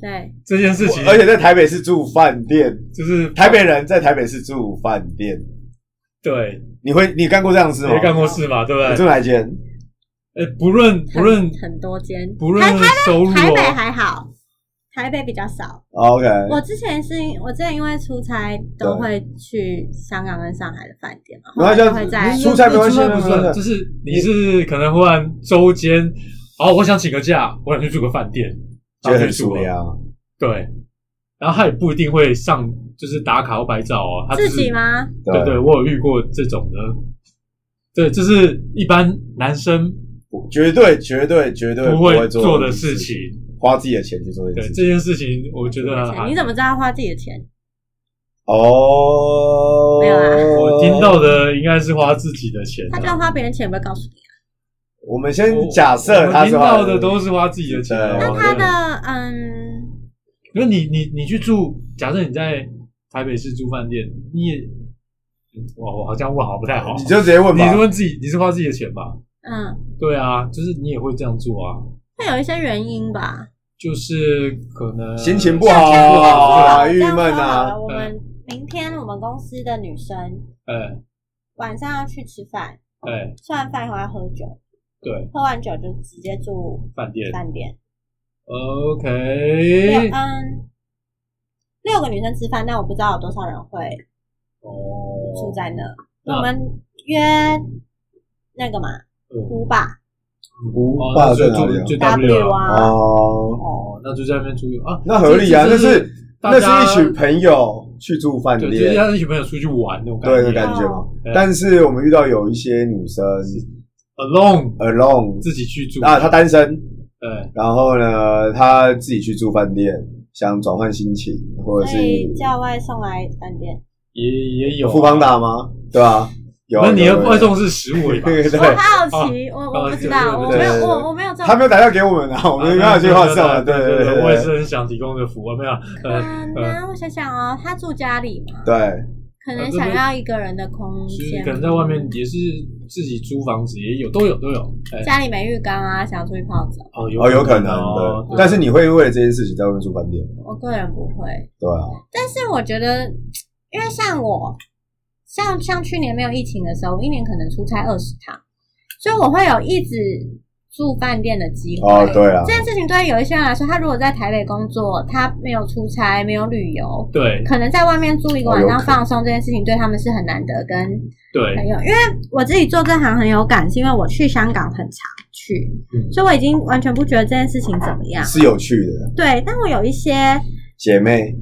Speaker 3: 对，
Speaker 1: 这件事情，
Speaker 2: 而且在台北市住饭店，
Speaker 1: 就是
Speaker 2: 台北人在台北市住饭店，
Speaker 1: 对，
Speaker 2: 你会你干过这样的事吗？
Speaker 1: 没干过事嘛，对不
Speaker 2: 你
Speaker 1: 对
Speaker 2: 住？哪一间？
Speaker 1: 哎、不论不论
Speaker 3: 很很多间，
Speaker 1: 不论
Speaker 3: 台台
Speaker 1: 收入、
Speaker 3: 台北
Speaker 1: 哦，
Speaker 3: 还好，台北比较少。
Speaker 2: OK，
Speaker 3: 我之前是因我之前因为出差都会去香港跟上海的饭店嘛，后
Speaker 2: 然后
Speaker 3: 来
Speaker 2: 这
Speaker 3: 就
Speaker 2: 样
Speaker 3: 会
Speaker 2: 子
Speaker 1: 哎
Speaker 3: 在
Speaker 2: 你出差没关系
Speaker 1: 出差不
Speaker 2: 没
Speaker 1: 算，
Speaker 2: 关系
Speaker 1: 就是你是可能忽然周间，哦，我想请个假，我想去住个饭店，
Speaker 2: 觉得很
Speaker 1: 舒
Speaker 2: 熟
Speaker 1: 服
Speaker 2: 呀。
Speaker 1: 对，然后他也不一定会上，就是打卡或拍照哦，他、就
Speaker 3: 自
Speaker 1: 是、
Speaker 3: 己吗？
Speaker 1: 对对，，我有遇过这种的。对，这是一般男生
Speaker 2: 绝对绝对绝对
Speaker 1: 不
Speaker 2: 会
Speaker 1: 会做的
Speaker 2: 这种
Speaker 1: 事情，。
Speaker 2: 花自己的钱去做这
Speaker 1: 对
Speaker 2: 件事
Speaker 1: 这
Speaker 2: 情。
Speaker 1: 件事情，我觉得
Speaker 2: 啊
Speaker 1: 还
Speaker 3: 你怎么知道他花自己的钱？
Speaker 2: 哦，
Speaker 3: 没有啊
Speaker 1: 我听到的应该是花自己的钱啊、
Speaker 3: 他就要花别人钱，不会告诉你。
Speaker 2: 我们
Speaker 1: 我
Speaker 2: 先呃假设
Speaker 1: 我
Speaker 2: 他
Speaker 1: 听
Speaker 2: 是
Speaker 1: 到的都是花自己的钱哦。
Speaker 2: 对
Speaker 3: 那
Speaker 2: 哦
Speaker 3: 他的嗯，
Speaker 1: 因为你你你去住，假设你在台北市住饭店，你也，哇，我好像问好像不太好。
Speaker 2: 你就直接问
Speaker 1: 你
Speaker 2: 吧
Speaker 1: 是。问自己，你是花自己的钱吧？
Speaker 3: 嗯，
Speaker 1: 对啊，就是你也会这样做啊，
Speaker 3: 会有一些原因吧。
Speaker 1: 就是可能
Speaker 2: 心情不
Speaker 3: 这样
Speaker 2: 好
Speaker 3: 这样说好了
Speaker 2: 啊，
Speaker 3: 这
Speaker 2: 郁
Speaker 3: 样
Speaker 2: 闷
Speaker 3: 说好
Speaker 2: 啊
Speaker 3: 了。我们明天我们公司的女生
Speaker 1: 哎
Speaker 3: 晚上要去吃饭，
Speaker 1: 哎、
Speaker 3: 吃完饭以后要喝酒，
Speaker 1: 对，
Speaker 3: 喝完酒就直接住
Speaker 1: 饭店
Speaker 3: 饭店。
Speaker 1: ，OK，
Speaker 3: 六嗯，六个女生吃饭，但我不知道有多少人会
Speaker 1: 哦，
Speaker 3: 住在那。
Speaker 1: 那
Speaker 3: 我们约那个嘛，
Speaker 1: 嗯
Speaker 3: 五吧
Speaker 2: 不
Speaker 1: 哦，
Speaker 2: 霸
Speaker 1: 那
Speaker 2: 在
Speaker 1: 就
Speaker 2: 哪
Speaker 1: 住
Speaker 2: 里
Speaker 1: 就
Speaker 3: W
Speaker 1: 啊，
Speaker 3: 啊，
Speaker 2: 哦，
Speaker 3: 哦，
Speaker 1: 哦，那就在那边住啊，
Speaker 2: 那合理啊，
Speaker 1: 这这
Speaker 2: 那是
Speaker 1: 大
Speaker 2: 那
Speaker 1: 家
Speaker 2: 是一群朋友去住饭
Speaker 1: 对，就是
Speaker 2: 店，
Speaker 1: 让一群朋友出去玩那种
Speaker 2: 对的
Speaker 1: 觉
Speaker 2: 感觉嘛
Speaker 3: 哦。
Speaker 1: 对
Speaker 2: 但是我们遇到有一些女生
Speaker 1: ，alone
Speaker 2: alone
Speaker 1: 自己去住
Speaker 2: 啊，她单身，
Speaker 1: 对，
Speaker 2: 然后呢，他自己去住饭店，想转换心情，或者是
Speaker 3: 所以叫外送来饭店。
Speaker 1: 也也有啊
Speaker 2: 富邦，达吗？对吧、啊？有，
Speaker 1: 那你的
Speaker 2: 有
Speaker 1: 外送是食物吧？
Speaker 2: [laughs] 对
Speaker 3: 我
Speaker 2: 对，
Speaker 3: 好奇，我我不知道，
Speaker 1: 哦
Speaker 3: 我
Speaker 1: 对
Speaker 3: 没
Speaker 2: 对对
Speaker 3: 有，
Speaker 2: 对
Speaker 3: 我我没有这
Speaker 2: 他没
Speaker 3: 种。
Speaker 2: 有打电话给我们
Speaker 3: 哦
Speaker 2: 啊，我们没办法去外送啊。对
Speaker 1: 对
Speaker 2: 对对，
Speaker 1: 我也
Speaker 2: 对
Speaker 1: 是很想提供这个服务，没有，
Speaker 3: 可
Speaker 1: 呃，呃
Speaker 3: 能我想想哦，他住家里嘛，
Speaker 2: 对
Speaker 3: 可能想要一个人的空
Speaker 1: 其实
Speaker 3: 间，
Speaker 1: 可能在外面也是自己租房子，也有都有都有，哎，
Speaker 3: 家里没浴缸啊，想要出去泡澡。
Speaker 1: 哦
Speaker 2: 哦，有可能
Speaker 1: 哦
Speaker 2: 对。但是你会为了这件事情在外面住饭店吗？
Speaker 3: 我个人不会，
Speaker 2: 对啊，
Speaker 3: 但是我觉得，因为像我，像像去年没有疫情的时候，我一年可能出差二十趟，所以我会有一直住饭店的机会。
Speaker 2: 哦，对啊
Speaker 3: 哎这，件事情对于有一些人来说，他如果在台北工作，他没有出差，没有旅游，
Speaker 1: 对
Speaker 3: 可能在外面住一个晚
Speaker 2: 哦有
Speaker 3: 上
Speaker 2: 可能
Speaker 3: 放松，这件事情对他们是很难得跟朋
Speaker 1: 对，
Speaker 3: 友，因为我自己做这行很有感，是因为我去香港很常去，
Speaker 1: 嗯
Speaker 3: 所以我已经完全不觉得这件事情怎么样。
Speaker 2: 是有趣的，
Speaker 3: 对，但我有一些
Speaker 2: 姐妹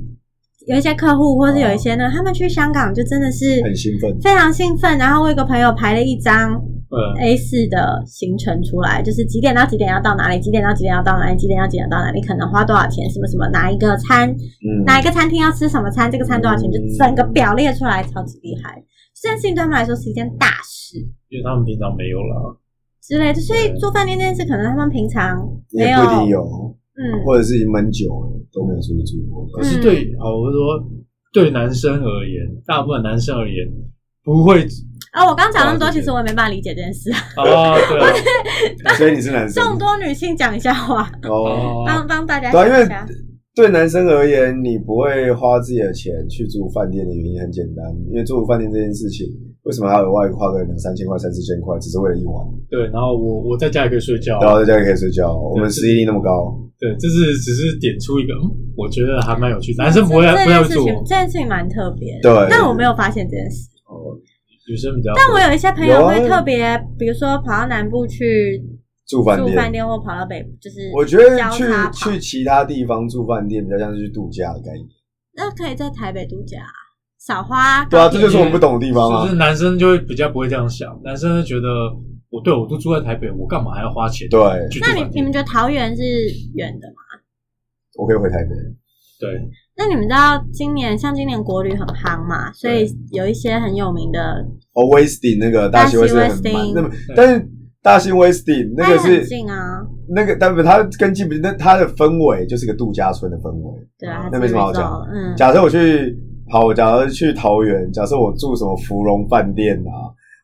Speaker 3: 有一些客户，或是有一些呢，他们去香港就真的是
Speaker 2: 很兴奋，
Speaker 3: 非常兴奋。然后我有个朋友排了一张
Speaker 1: 呃，
Speaker 3: A 四的行程出来，就是几点到几点要到哪里，几点到几点要到哪里，几点到几点要到哪里，可能花多少钱，什么什么，哪一个餐
Speaker 2: 嗯，
Speaker 3: 哪一个餐厅要吃什么餐，这个餐多少钱，就
Speaker 2: 嗯
Speaker 3: 整个表列出来，超级厉害。这件事情对他们来说是一件大事。
Speaker 1: 因为他们平常没有啦，
Speaker 3: 之类的，所以
Speaker 1: 对
Speaker 3: 做饭店这件事，可能他们平常
Speaker 2: 也
Speaker 3: 没有，
Speaker 2: 不一定有，
Speaker 3: 嗯，
Speaker 2: 或者是已经闷久了都没有出去住过，
Speaker 1: 可是对，好，我说对男生而言，大部分男生而言不会
Speaker 3: 啊，我刚讲那么多，
Speaker 1: 对
Speaker 3: 其实我也没办法理解这件事。
Speaker 1: 啊，对啊，
Speaker 2: 所以你是男生
Speaker 3: 众多女性讲一下话，
Speaker 2: 哦。
Speaker 1: 哦
Speaker 3: 帮帮大家
Speaker 2: 对啊因
Speaker 3: 讲
Speaker 2: 为
Speaker 3: 一下。
Speaker 2: 对男生而言，你不会花自己的钱去住饭店的原因很简单，因为住饭店这件事情，为什么要额外花个两三千块、三四千块，只是为了一晚，
Speaker 1: 对，然后我我在家也可以睡觉啊，
Speaker 2: 然后在家里可以睡觉？我们
Speaker 1: 对
Speaker 2: 适应力那么高，
Speaker 1: 对，这是只是点出一个，嗯我觉得还蛮有趣，男生不会啊
Speaker 3: 这
Speaker 1: 不太
Speaker 3: 件
Speaker 1: 会
Speaker 3: 事
Speaker 1: 做
Speaker 3: 情，，这件事情蛮特别。
Speaker 2: 对
Speaker 3: 但我没有发现这件事。
Speaker 1: 女生比较
Speaker 3: 但我有一些朋友会
Speaker 2: 有啊
Speaker 3: 特别，比如说跑到南部去
Speaker 2: 住饭
Speaker 3: 住
Speaker 2: 店。
Speaker 3: 饭店，或跑到北，就是
Speaker 2: 我觉得
Speaker 3: 交
Speaker 2: 去
Speaker 3: 叉跑
Speaker 2: 去其他地方住饭店比较像是去度假的概念。
Speaker 3: 那可以在台北度假，少花
Speaker 2: 对啊，
Speaker 3: 高
Speaker 2: 这
Speaker 3: 铁
Speaker 2: 就是我们不懂的地方
Speaker 1: 就
Speaker 2: 啊
Speaker 1: 是。男生就会比较不会这样想，男生就觉得我对我都住在台北，我干嘛还要花钱？
Speaker 2: 对，啊
Speaker 1: 去住
Speaker 3: 那你
Speaker 1: 饭
Speaker 3: 你
Speaker 1: 店
Speaker 3: 们觉得桃园是远的吗？
Speaker 2: 我可以回台北。
Speaker 1: 对
Speaker 3: 那你们知道今年像今年国旅很夯嘛，所以有一些很有名的
Speaker 2: 哦，威斯汀那个大西威斯汀很慢，
Speaker 3: 大西威斯汀
Speaker 2: 那么但是大西威斯汀那
Speaker 3: 它也
Speaker 2: 个
Speaker 3: 很
Speaker 2: 是
Speaker 3: 近啊，
Speaker 2: 那个，但不，它跟基本那它的氛围就是个度假村的氛围。
Speaker 3: 对啊，
Speaker 2: 那没什么好讲
Speaker 3: 还是 resort，嗯，
Speaker 2: 假设我去好，假如去桃园，假设我住什么芙蓉饭店啊，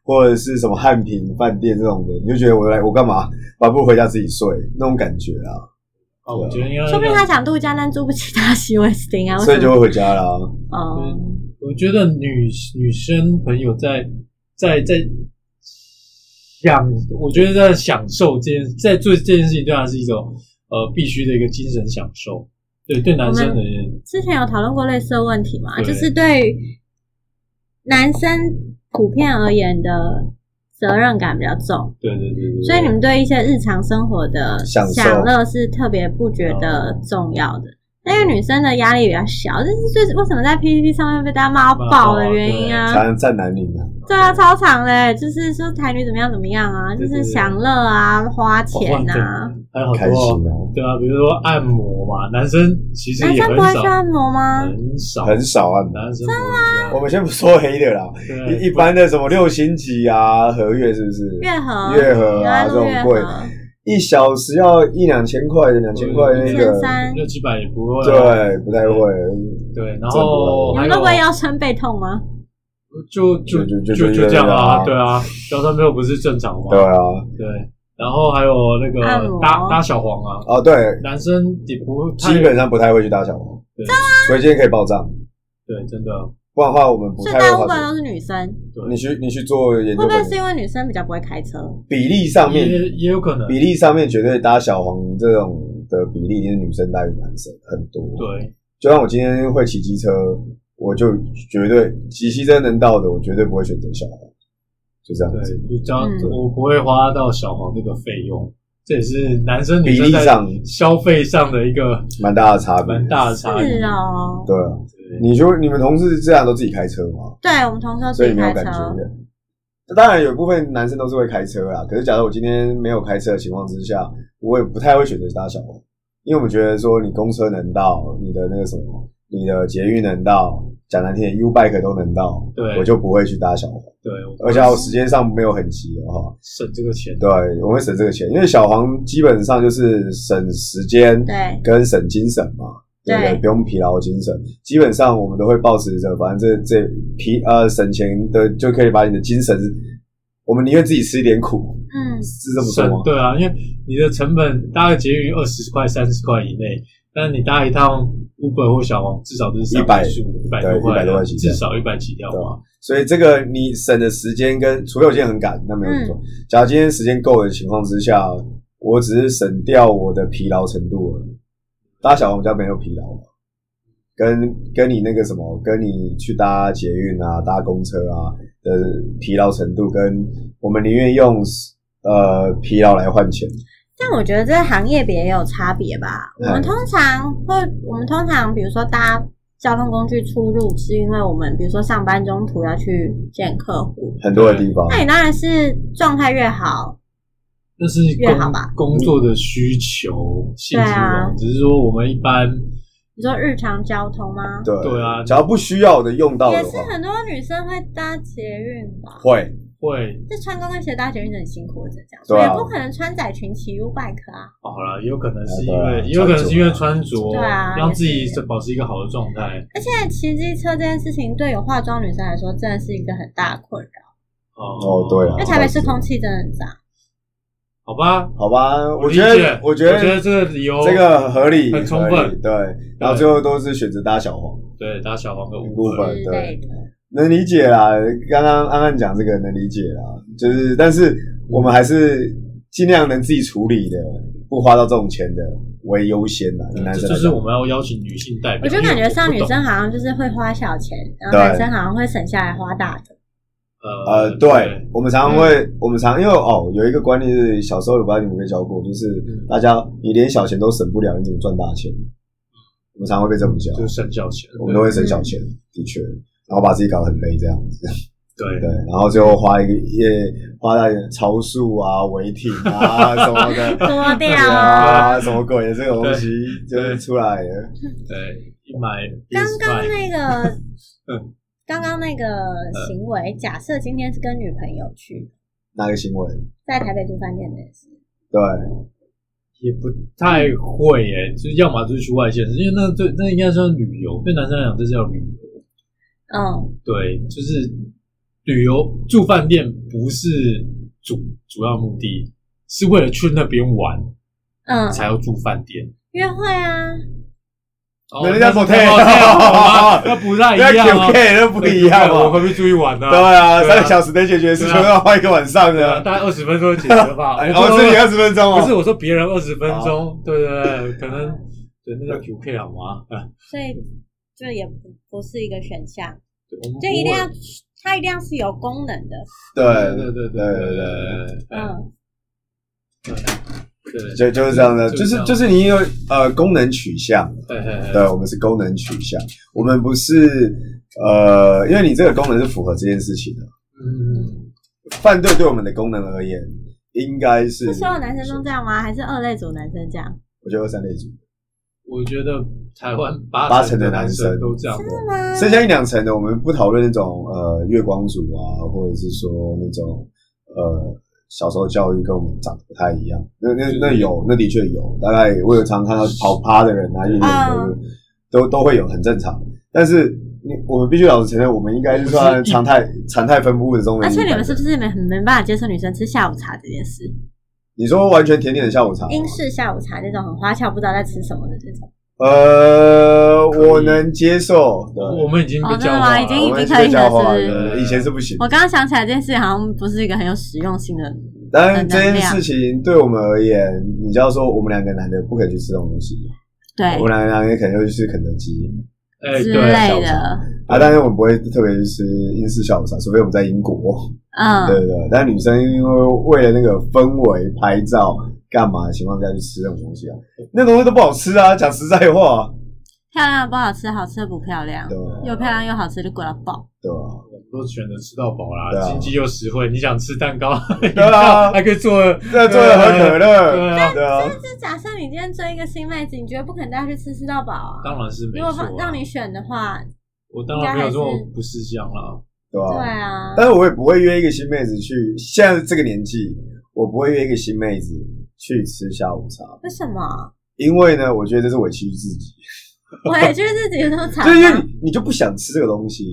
Speaker 2: 或者是什么汉品饭店这种的，你就觉得我来我干嘛？我还不如回家自己睡那种感觉啊，
Speaker 1: 啊，我觉得应该
Speaker 3: 说不定他想度假，但住不起大西威斯汀啊，为
Speaker 2: 所以
Speaker 3: 什
Speaker 2: 就嗯
Speaker 3: 么
Speaker 2: 会回家啦。
Speaker 3: 哦，
Speaker 1: 我觉得女女生朋友在在在享，我觉得在享受这件，在做这件事情，对她是一种呃必须的一个精神享受。对，对男生而言，
Speaker 3: 之前有讨论过类似的问题嘛，
Speaker 1: 对
Speaker 3: 就是对于男生普遍而言的责任感比较重，
Speaker 1: 对对对对，
Speaker 3: 所以你们对一些日常生活的
Speaker 2: 享受哦
Speaker 3: 享乐是特别不觉得重要的。那因为女生的压力比较小，这是最为什么在 PPT 上面被大家骂爆的原因啊。
Speaker 2: 才能站男女呢，
Speaker 3: 对啊，超长嘞，就是说台女怎么样怎么样啊，就
Speaker 1: 对
Speaker 3: 是
Speaker 1: 对对
Speaker 3: 享乐啊，花
Speaker 2: 哦
Speaker 3: 钱啊。
Speaker 1: 啊，还有好
Speaker 2: 开心
Speaker 1: 多
Speaker 2: 啊，
Speaker 1: 对啊，比如说按摩嘛，男生其实
Speaker 3: 男
Speaker 1: 也
Speaker 3: 生
Speaker 1: 很
Speaker 3: 不会
Speaker 1: 少
Speaker 3: 去，按摩吗？
Speaker 2: 嗯
Speaker 1: 很少
Speaker 2: 很少啊。
Speaker 1: 男生不
Speaker 2: 我
Speaker 1: 会
Speaker 2: 们先不说黑的
Speaker 1: [laughs]
Speaker 2: 啦，
Speaker 1: 去按摩，
Speaker 2: 一一般的什么六星级啊、合月是不是？
Speaker 3: 月河，
Speaker 2: 月河
Speaker 3: 原
Speaker 2: 啊
Speaker 3: 来
Speaker 2: 这
Speaker 3: 路
Speaker 2: 种
Speaker 3: 月
Speaker 2: 贵
Speaker 3: 河，
Speaker 2: 一小时要一两千块的，两千块那
Speaker 3: 一
Speaker 2: 个
Speaker 3: 千，三。
Speaker 1: 六七百也不会啊，
Speaker 2: 对，不太会。
Speaker 1: 对，然后
Speaker 3: 你
Speaker 1: 还
Speaker 3: 们
Speaker 1: 有
Speaker 3: 都不会腰酸背痛吗？
Speaker 1: 就就
Speaker 2: 就
Speaker 1: 就
Speaker 2: 就就
Speaker 1: 就
Speaker 2: 就
Speaker 1: 这样啊，
Speaker 2: 这
Speaker 1: 对啊，交通没有不是正常吗？
Speaker 2: 对啊，
Speaker 1: 对，然后还有那个
Speaker 3: 按摩
Speaker 1: 搭搭小黄啊，
Speaker 2: 哦对，
Speaker 1: 男生也不太
Speaker 2: 基本上不太会去搭小黄
Speaker 1: 对，
Speaker 2: 所以今天可以报账。
Speaker 1: 对，真的
Speaker 2: 不然的话，我们不
Speaker 3: 所以
Speaker 2: 太
Speaker 3: 大
Speaker 2: 会
Speaker 3: 部分
Speaker 2: 划。
Speaker 3: 都是女生，
Speaker 2: 你去你去做研究
Speaker 3: 会不
Speaker 2: 本
Speaker 3: 会是因为女生比较不会开车？
Speaker 2: 比例上面，
Speaker 1: 也也有可能，
Speaker 2: 比例上面绝对搭小黄这种的比例，一定是女生大于男生很多。，
Speaker 1: 对
Speaker 2: 就像我今天会骑机车，我就绝对骑机车能到的，我绝对不会选择小黄，就这样子。
Speaker 1: 对，就这样
Speaker 3: 嗯，
Speaker 1: 我不会花到小黄这个费用，这也是男生女
Speaker 2: 比
Speaker 1: 生
Speaker 2: 例
Speaker 1: 在
Speaker 2: 上
Speaker 1: 消费上的一个
Speaker 2: 蛮大的差别。
Speaker 1: 蛮大的差异
Speaker 3: 是。哦，
Speaker 2: 对啊，
Speaker 1: 对
Speaker 2: 你就你们同事这样都自己开车吗？
Speaker 3: 对我们同事都
Speaker 2: 所
Speaker 3: 自
Speaker 2: 以
Speaker 3: 己
Speaker 2: 没有
Speaker 3: 开
Speaker 2: 感
Speaker 3: 车
Speaker 2: 觉，的。当然，有一部分男生都是会开车啦。可是，假如我今天没有开车的情况之下，我也不太会选择搭小黄，因为我们觉得说，你公车能到，你的那个什么，你的捷运能到，讲难听点，U bike 都能到，
Speaker 1: 对
Speaker 2: 我就不会去搭小黄。
Speaker 1: 对，我
Speaker 2: 而且我时间上没有很急的话，
Speaker 1: 省这个钱，
Speaker 2: 对，我会省这个钱，因为小黄基本上就是省时间，
Speaker 3: 对
Speaker 2: 跟省精神嘛，对不对？
Speaker 3: 对
Speaker 2: 不用疲劳精神，基本上我们都会保持着，反正这这疲呃省钱的就可以把你的精神，我们宁愿自己吃一点苦，
Speaker 3: 嗯，
Speaker 2: 是这么说
Speaker 1: 省
Speaker 2: 吗？
Speaker 1: 对啊，因为你的成本大概节约二十块、三十块以内，但你搭一趟 Uber 或小黄，至少都是
Speaker 2: 100
Speaker 1: 一百
Speaker 2: 对
Speaker 1: 多块啊
Speaker 2: 100多块起跳
Speaker 1: 至少一百起跳
Speaker 2: 对啊
Speaker 1: 吧。
Speaker 2: 所以这个你
Speaker 3: 嗯
Speaker 2: 省的时间跟，除非我今天很赶，那没有错。假如今天时间够的情况之下，我只是省掉我的疲劳程度而已。搭小黄比较没有疲劳嘛，跟跟你那个什么，跟你去搭捷运啊、搭公车啊的疲劳程度，跟我们宁愿用呃疲劳来换钱。
Speaker 3: 但我觉得这行业别也有差别吧。我
Speaker 2: 嗯
Speaker 3: 们通常会，我们通常比如说搭交通工具出入，是因为我们比如说上班中途要去见客户。
Speaker 2: 很多的地方，
Speaker 3: 那你当然是状态越好，
Speaker 1: 那是
Speaker 3: 越好吧
Speaker 1: 工工作的需求性质
Speaker 3: 对啊
Speaker 1: 哦，只是说我们一般
Speaker 3: 你说日常交通吗？
Speaker 2: 对
Speaker 1: 对啊
Speaker 2: 只要不需要的用到
Speaker 3: 也
Speaker 2: 的
Speaker 3: 是
Speaker 2: 话，
Speaker 3: 很多女生会搭捷运吧。
Speaker 2: 会
Speaker 1: 会
Speaker 3: 这穿高跟鞋搭捷运很辛苦，我只能讲，
Speaker 2: 对
Speaker 3: 所以
Speaker 2: 啊
Speaker 3: 也不可能穿窄裙骑 U bike 啊。
Speaker 1: 哦好了，也有可能是因
Speaker 2: 啊对啊
Speaker 1: 为，也有可能是因为
Speaker 2: 穿
Speaker 1: 穿着，
Speaker 3: 对啊
Speaker 1: 让自己
Speaker 3: 也是
Speaker 1: 保持一个好的状态
Speaker 3: 而且骑机车这件事情对有化妆女生来说真的是一个很大的困扰，
Speaker 1: 哦
Speaker 2: 哦对啊
Speaker 3: 因为台北市空气真的很脏。
Speaker 1: 好吧，
Speaker 2: 好吧？我
Speaker 1: 理
Speaker 2: 觉
Speaker 1: 解
Speaker 2: 得，
Speaker 1: 我
Speaker 2: 觉
Speaker 1: 得这个理由，
Speaker 2: 这个合理，
Speaker 1: 很充分
Speaker 2: 合理对，然后最后都是选择搭小黄，
Speaker 1: 对打小黄的五
Speaker 2: 部
Speaker 1: 分，
Speaker 2: 分
Speaker 3: 之
Speaker 2: 对
Speaker 3: 类的，
Speaker 2: 能理解啦。刚刚安安讲这个能理解啦，就是但是我们还是尽量能自己处理的，不花到这种钱的为优先啦。以男
Speaker 1: 嗯这
Speaker 2: 生
Speaker 1: 就
Speaker 2: 来
Speaker 1: 是
Speaker 2: 讲
Speaker 1: 我们要邀请女性代表。
Speaker 3: 我就感觉上女生好像就是会花小钱，然后男
Speaker 2: 对
Speaker 3: 生好像会省下来花大的。
Speaker 1: 呃
Speaker 2: 呃，对，我们常
Speaker 1: 嗯
Speaker 2: 常会，我们常因为哦，有一个观念是小时候有不知道你们有没有教过，就是
Speaker 1: 嗯
Speaker 2: 大家你连小钱都省不了，你怎么赚大钱？我们常常会被这么教，
Speaker 1: 就是省小钱，
Speaker 2: 我们都会省小钱，
Speaker 1: 嗯
Speaker 2: 的确，然后把自己搞得很累这样子。
Speaker 1: 对
Speaker 2: 对，然后最后花一个也花在超速啊、违停啊什
Speaker 1: [laughs]
Speaker 2: 么的，
Speaker 3: 多掉
Speaker 2: 对
Speaker 3: 哦。
Speaker 2: [laughs] 啊，什么鬼的这种东西就是出来了。
Speaker 1: 对，一买
Speaker 3: 刚
Speaker 1: PS
Speaker 3: 刚
Speaker 1: Five，
Speaker 3: 那个
Speaker 1: 嗯，
Speaker 3: 刚刚那个行为，假设今天是跟女朋友去，
Speaker 2: 那个行为？
Speaker 3: 在台北住饭店的事，
Speaker 2: 对，
Speaker 1: 也不太会耶，就是要么就是去外县市，因为那对那应该算旅游，对男生来讲这是叫旅游。
Speaker 3: 嗯，
Speaker 1: 对，就是旅游住饭店不是主主要目的，是为了去那边玩
Speaker 3: 嗯，
Speaker 1: 才要住饭店。
Speaker 3: 约会啊，
Speaker 1: 哦
Speaker 2: 那人家
Speaker 1: 那
Speaker 2: motel
Speaker 1: 哦好吧那不太一样
Speaker 2: 那 QK 那
Speaker 1: 哦，
Speaker 2: 不一样
Speaker 1: 我
Speaker 2: 嘛。
Speaker 1: 何必出去玩呢？
Speaker 2: 对啊，
Speaker 1: 对啊
Speaker 2: 三个小时能解决的事情
Speaker 1: 对啊
Speaker 2: 要花一个晚上
Speaker 1: 对啊，
Speaker 2: 的。
Speaker 1: 大概二十分钟就解决吧。
Speaker 2: 哎
Speaker 1: 我
Speaker 2: 哦，
Speaker 1: 说
Speaker 2: 这里二十分钟哦。
Speaker 1: 不是我说别人二十分钟，对对对，可能对那叫 QK 好吗？啊
Speaker 3: 所以这也不不是一个选项，
Speaker 1: 对我们
Speaker 3: 就一定要
Speaker 1: 不会
Speaker 3: 它一定要是有功能的，
Speaker 2: 对
Speaker 1: 对对对对
Speaker 2: 对
Speaker 1: 对对，
Speaker 3: 嗯，
Speaker 1: 对
Speaker 2: 就就是这样的，
Speaker 1: 就
Speaker 2: 就是
Speaker 1: 这样
Speaker 2: 就是你有呃功能取向，
Speaker 1: 对对
Speaker 2: 对，呃我们是功能取向，我们不是呃，因为你这个功能是符合这件事情的。
Speaker 1: 嗯，
Speaker 2: 犯罪对我们的功能而言，应该是
Speaker 3: 是所有男生都这样吗？还是二类组男生这样？
Speaker 2: 我觉得三类组，
Speaker 1: 我觉得台湾八
Speaker 2: 八
Speaker 1: 成
Speaker 2: 成的男
Speaker 1: 男
Speaker 2: 生
Speaker 1: 都这样，
Speaker 3: 是吗？
Speaker 2: 剩下一两层的，我们不讨论那种呃月光族啊，或者是说那种呃小时候教育跟我们长得不太一样。那那那有，那的确有，大概我有常看到跑趴的人啊，夜
Speaker 3: 嗯
Speaker 2: 店都都都会有，很正常。但是你我们必须老实承认，我们应该是
Speaker 3: [laughs]
Speaker 2: 算常态常态分布的中的
Speaker 3: 而
Speaker 2: 一
Speaker 3: 且
Speaker 2: 份。
Speaker 3: 啊你们是不是没很没办法接受女生吃下午茶这件事？
Speaker 2: 你说完全甜点的下午茶吗，
Speaker 3: 英式下午茶那种很花俏，不知道在吃什么的这种。
Speaker 2: 呃，我能接受。对
Speaker 1: 我们已经被
Speaker 3: 哦真
Speaker 1: 教
Speaker 3: 的吗
Speaker 1: 化了，
Speaker 3: 已经
Speaker 2: 我们
Speaker 3: 已经可以了
Speaker 2: 教化
Speaker 3: 是不是哦
Speaker 2: 对以前是不行的。
Speaker 3: 我刚刚想起来这件事，好像不是一个很有实用性的。
Speaker 2: 当然，这件事情对我们而言，你就要说我们两个男的不可以去吃这种东西，
Speaker 3: 对
Speaker 2: 哦我们两个男的可能就去吃肯德基
Speaker 1: 哎，
Speaker 3: 之
Speaker 1: 对，
Speaker 3: 类
Speaker 2: 下午
Speaker 3: 的，
Speaker 2: 啊，当然我们不会特别去吃英式下午茶，除非我们在英国，对
Speaker 3: 嗯，
Speaker 2: 对对。但女生因为为了那个氛围拍照干嘛的情况下去吃这种东西啊，那东西都不好吃啊，讲实在话，
Speaker 3: 漂亮的不好吃，好吃的不漂亮
Speaker 2: 对，吧？
Speaker 3: 又漂亮又好吃就贵到爆。
Speaker 2: 对啊吧？
Speaker 1: 我们都选择吃到饱
Speaker 2: 对
Speaker 1: 啦，
Speaker 2: 啊
Speaker 1: 经济又实惠。你想吃蛋糕，
Speaker 2: 对啊
Speaker 1: 还可以做，
Speaker 2: 这做了喝可乐，
Speaker 1: 对啊，
Speaker 2: 对啊，
Speaker 3: 就假设你今天追一个新妹子，你觉得不可能带她去吃吃到饱啊？
Speaker 1: 当然是没
Speaker 3: 如
Speaker 1: 错
Speaker 3: 果
Speaker 1: 啊
Speaker 3: 放。让你选的话，
Speaker 1: 我当然没有这
Speaker 3: 应该还
Speaker 1: 么
Speaker 3: 是
Speaker 1: 不识相啦。
Speaker 2: 对
Speaker 3: 对
Speaker 2: 吧？
Speaker 3: 啊，
Speaker 2: 但是我也不会约一个新妹子去，现在这个年纪，我不会约一个新妹子去吃下午茶，
Speaker 3: 为什么？
Speaker 2: 因为呢，我觉得这是委屈自己，
Speaker 3: 我也觉得自己这么惨啊
Speaker 2: 就是因为
Speaker 3: 吗。
Speaker 2: 你你就不想吃这个东西，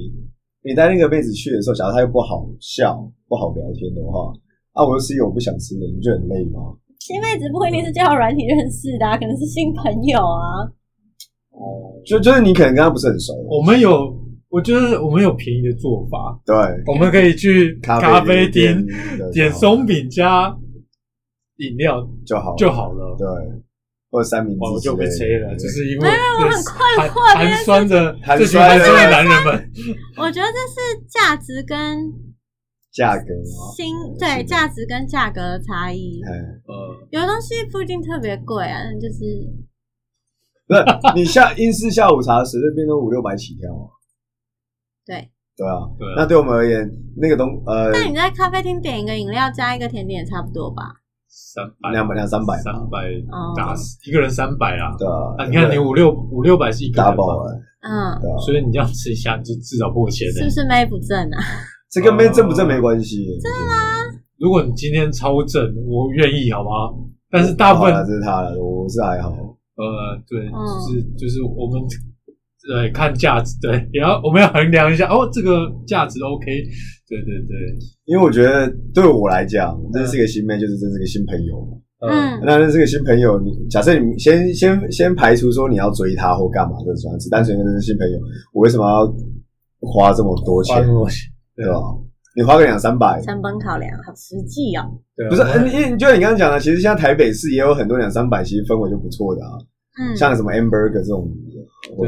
Speaker 2: 你带那个妹子去的时候，假如她又不好笑、不好聊天的话，啊，我又吃一个我不想吃的，你就很累吗？
Speaker 3: 新妹子不一定是交友软体认识的、啊，可能是新朋友啊。
Speaker 1: 哦，
Speaker 2: 就就是你可能跟她不是很熟，
Speaker 1: 我们有，我觉得我们有便宜的做
Speaker 2: [laughs]
Speaker 1: 法，
Speaker 2: 对，
Speaker 1: 我们可以去
Speaker 2: 咖
Speaker 1: 咖啡
Speaker 2: 店
Speaker 1: 厅点松，饼加饮料
Speaker 2: 就好
Speaker 1: 就好了。
Speaker 2: 对，或者三明治
Speaker 1: 哇，我就被
Speaker 2: 之类
Speaker 1: 吹
Speaker 2: 的
Speaker 1: 了，
Speaker 2: 对
Speaker 1: 就。是因为
Speaker 3: 有我很
Speaker 1: 这
Speaker 3: 困惑
Speaker 1: 寒
Speaker 3: 这件
Speaker 1: 寒
Speaker 3: 事
Speaker 1: 酸的
Speaker 2: 寒
Speaker 1: 这群
Speaker 2: 酸
Speaker 1: 寒
Speaker 2: 的
Speaker 1: 酸的男人们，
Speaker 3: 我觉得这是价值跟
Speaker 2: 价格啊，
Speaker 3: 新
Speaker 2: 是
Speaker 3: 对
Speaker 2: 的
Speaker 3: 价值跟价格的差异。
Speaker 2: 哎，
Speaker 1: 呃，
Speaker 3: 有的东西不一定特别贵啊，那就是
Speaker 2: 不是你下英式下午茶随随便都五六百起跳啊，
Speaker 3: 对。
Speaker 2: 对啊，
Speaker 1: 对啊
Speaker 2: 那对我们而言，那个东呃
Speaker 3: 那你在咖啡厅点一个饮料加一个甜点也差不多吧？
Speaker 1: 三哎百
Speaker 2: 两百两三百
Speaker 1: 三百
Speaker 3: 哦，
Speaker 1: 打死一个人三百啦。
Speaker 2: 对
Speaker 1: 啊，你看你五六五六百是一个
Speaker 2: 大
Speaker 1: 人
Speaker 2: 爆
Speaker 1: 嘛，
Speaker 2: 哎，
Speaker 3: 嗯，
Speaker 2: 对啊，
Speaker 1: 所以你这样吃一下，你就至少破千
Speaker 3: 是不
Speaker 1: 的。
Speaker 3: 是妹不正啊？
Speaker 2: 这跟没正不正没关系，啊真的吗？
Speaker 1: 如果你今天超正，我愿意好不好？但是大部分
Speaker 2: 好啦这是他了，我是还好，
Speaker 1: 呃，对，
Speaker 3: 嗯
Speaker 1: 就是就是我们对看价值，对， [laughs] 也要我们要衡量一下哦，这个价值 OK，对对对，
Speaker 2: 因为我觉得对我来讲，
Speaker 1: 嗯
Speaker 2: 认识一个新妹就是认识一个新朋友嘛。
Speaker 1: 呃，
Speaker 3: 嗯
Speaker 2: 那认识一个新朋友，你假设你先先先排除说你要追他或干嘛的，这样子，单纯认识新朋友，我为什么要花这么多钱
Speaker 1: 花，多
Speaker 2: 对吧？你花个两三百，
Speaker 3: 成本考量，好实际哦。
Speaker 1: 对，啊
Speaker 2: 不是，
Speaker 1: 我们
Speaker 2: 呃因为就像你刚刚讲的，其实现在台北市也有很多两三百，其实氛围就不错的啊，
Speaker 3: 嗯，
Speaker 2: 像什么 Amberger 这种，或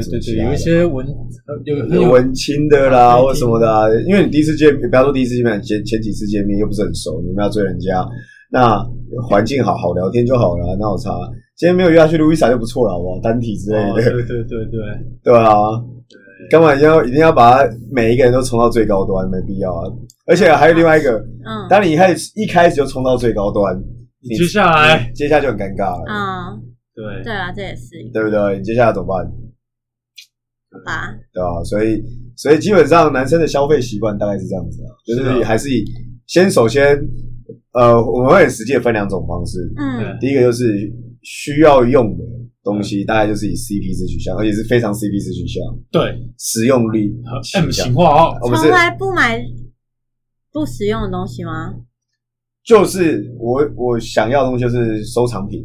Speaker 1: 对
Speaker 2: 者什么
Speaker 1: 对
Speaker 2: 其
Speaker 1: 对，
Speaker 2: 他的
Speaker 1: 有一些文呃有很
Speaker 2: 有
Speaker 1: 有
Speaker 2: 文青的啦，
Speaker 1: 咖啡
Speaker 2: 或什么的、啊，因为你第一次见，不要说第一次见面，前前几次见面又不是很熟，你们要追人家，那环境好好聊天就好了，那有差。今天没有约他去路易莎就不错了，好不好？单体之类
Speaker 1: 哦
Speaker 2: 的，
Speaker 1: 对对对对，
Speaker 2: [laughs] 对啊，干嘛一定要一定要把每一个人都冲到最高端？没必要啊。而且还有另外一个，
Speaker 3: 嗯
Speaker 2: 当你一开始一开始就冲到最高端，你
Speaker 1: 你接下来
Speaker 2: 接下来就很尴尬了，
Speaker 3: 啊，
Speaker 1: 对
Speaker 3: 对啊，这也是一个
Speaker 2: 对不对？你接下来怎么办？
Speaker 3: 吧。
Speaker 2: 对啊，所以所以基本上男生的消费习惯大概是这样子啊，就是是
Speaker 1: 啊
Speaker 2: 还是以先首先，呃，我们会很实际的分两种方式，
Speaker 3: 嗯
Speaker 1: 对
Speaker 2: 第一个就是需要用的东
Speaker 1: 嗯
Speaker 2: 西，大概就是以 CP 值取向，而且是非常 CP 值取向，
Speaker 1: 对
Speaker 2: 实用率
Speaker 1: 好
Speaker 2: 取
Speaker 1: ，M
Speaker 2: 向
Speaker 1: 型，化哦，
Speaker 2: 我们是
Speaker 3: 从来不买不实用的东西吗？
Speaker 2: 就是我我想要的东西就是收藏品，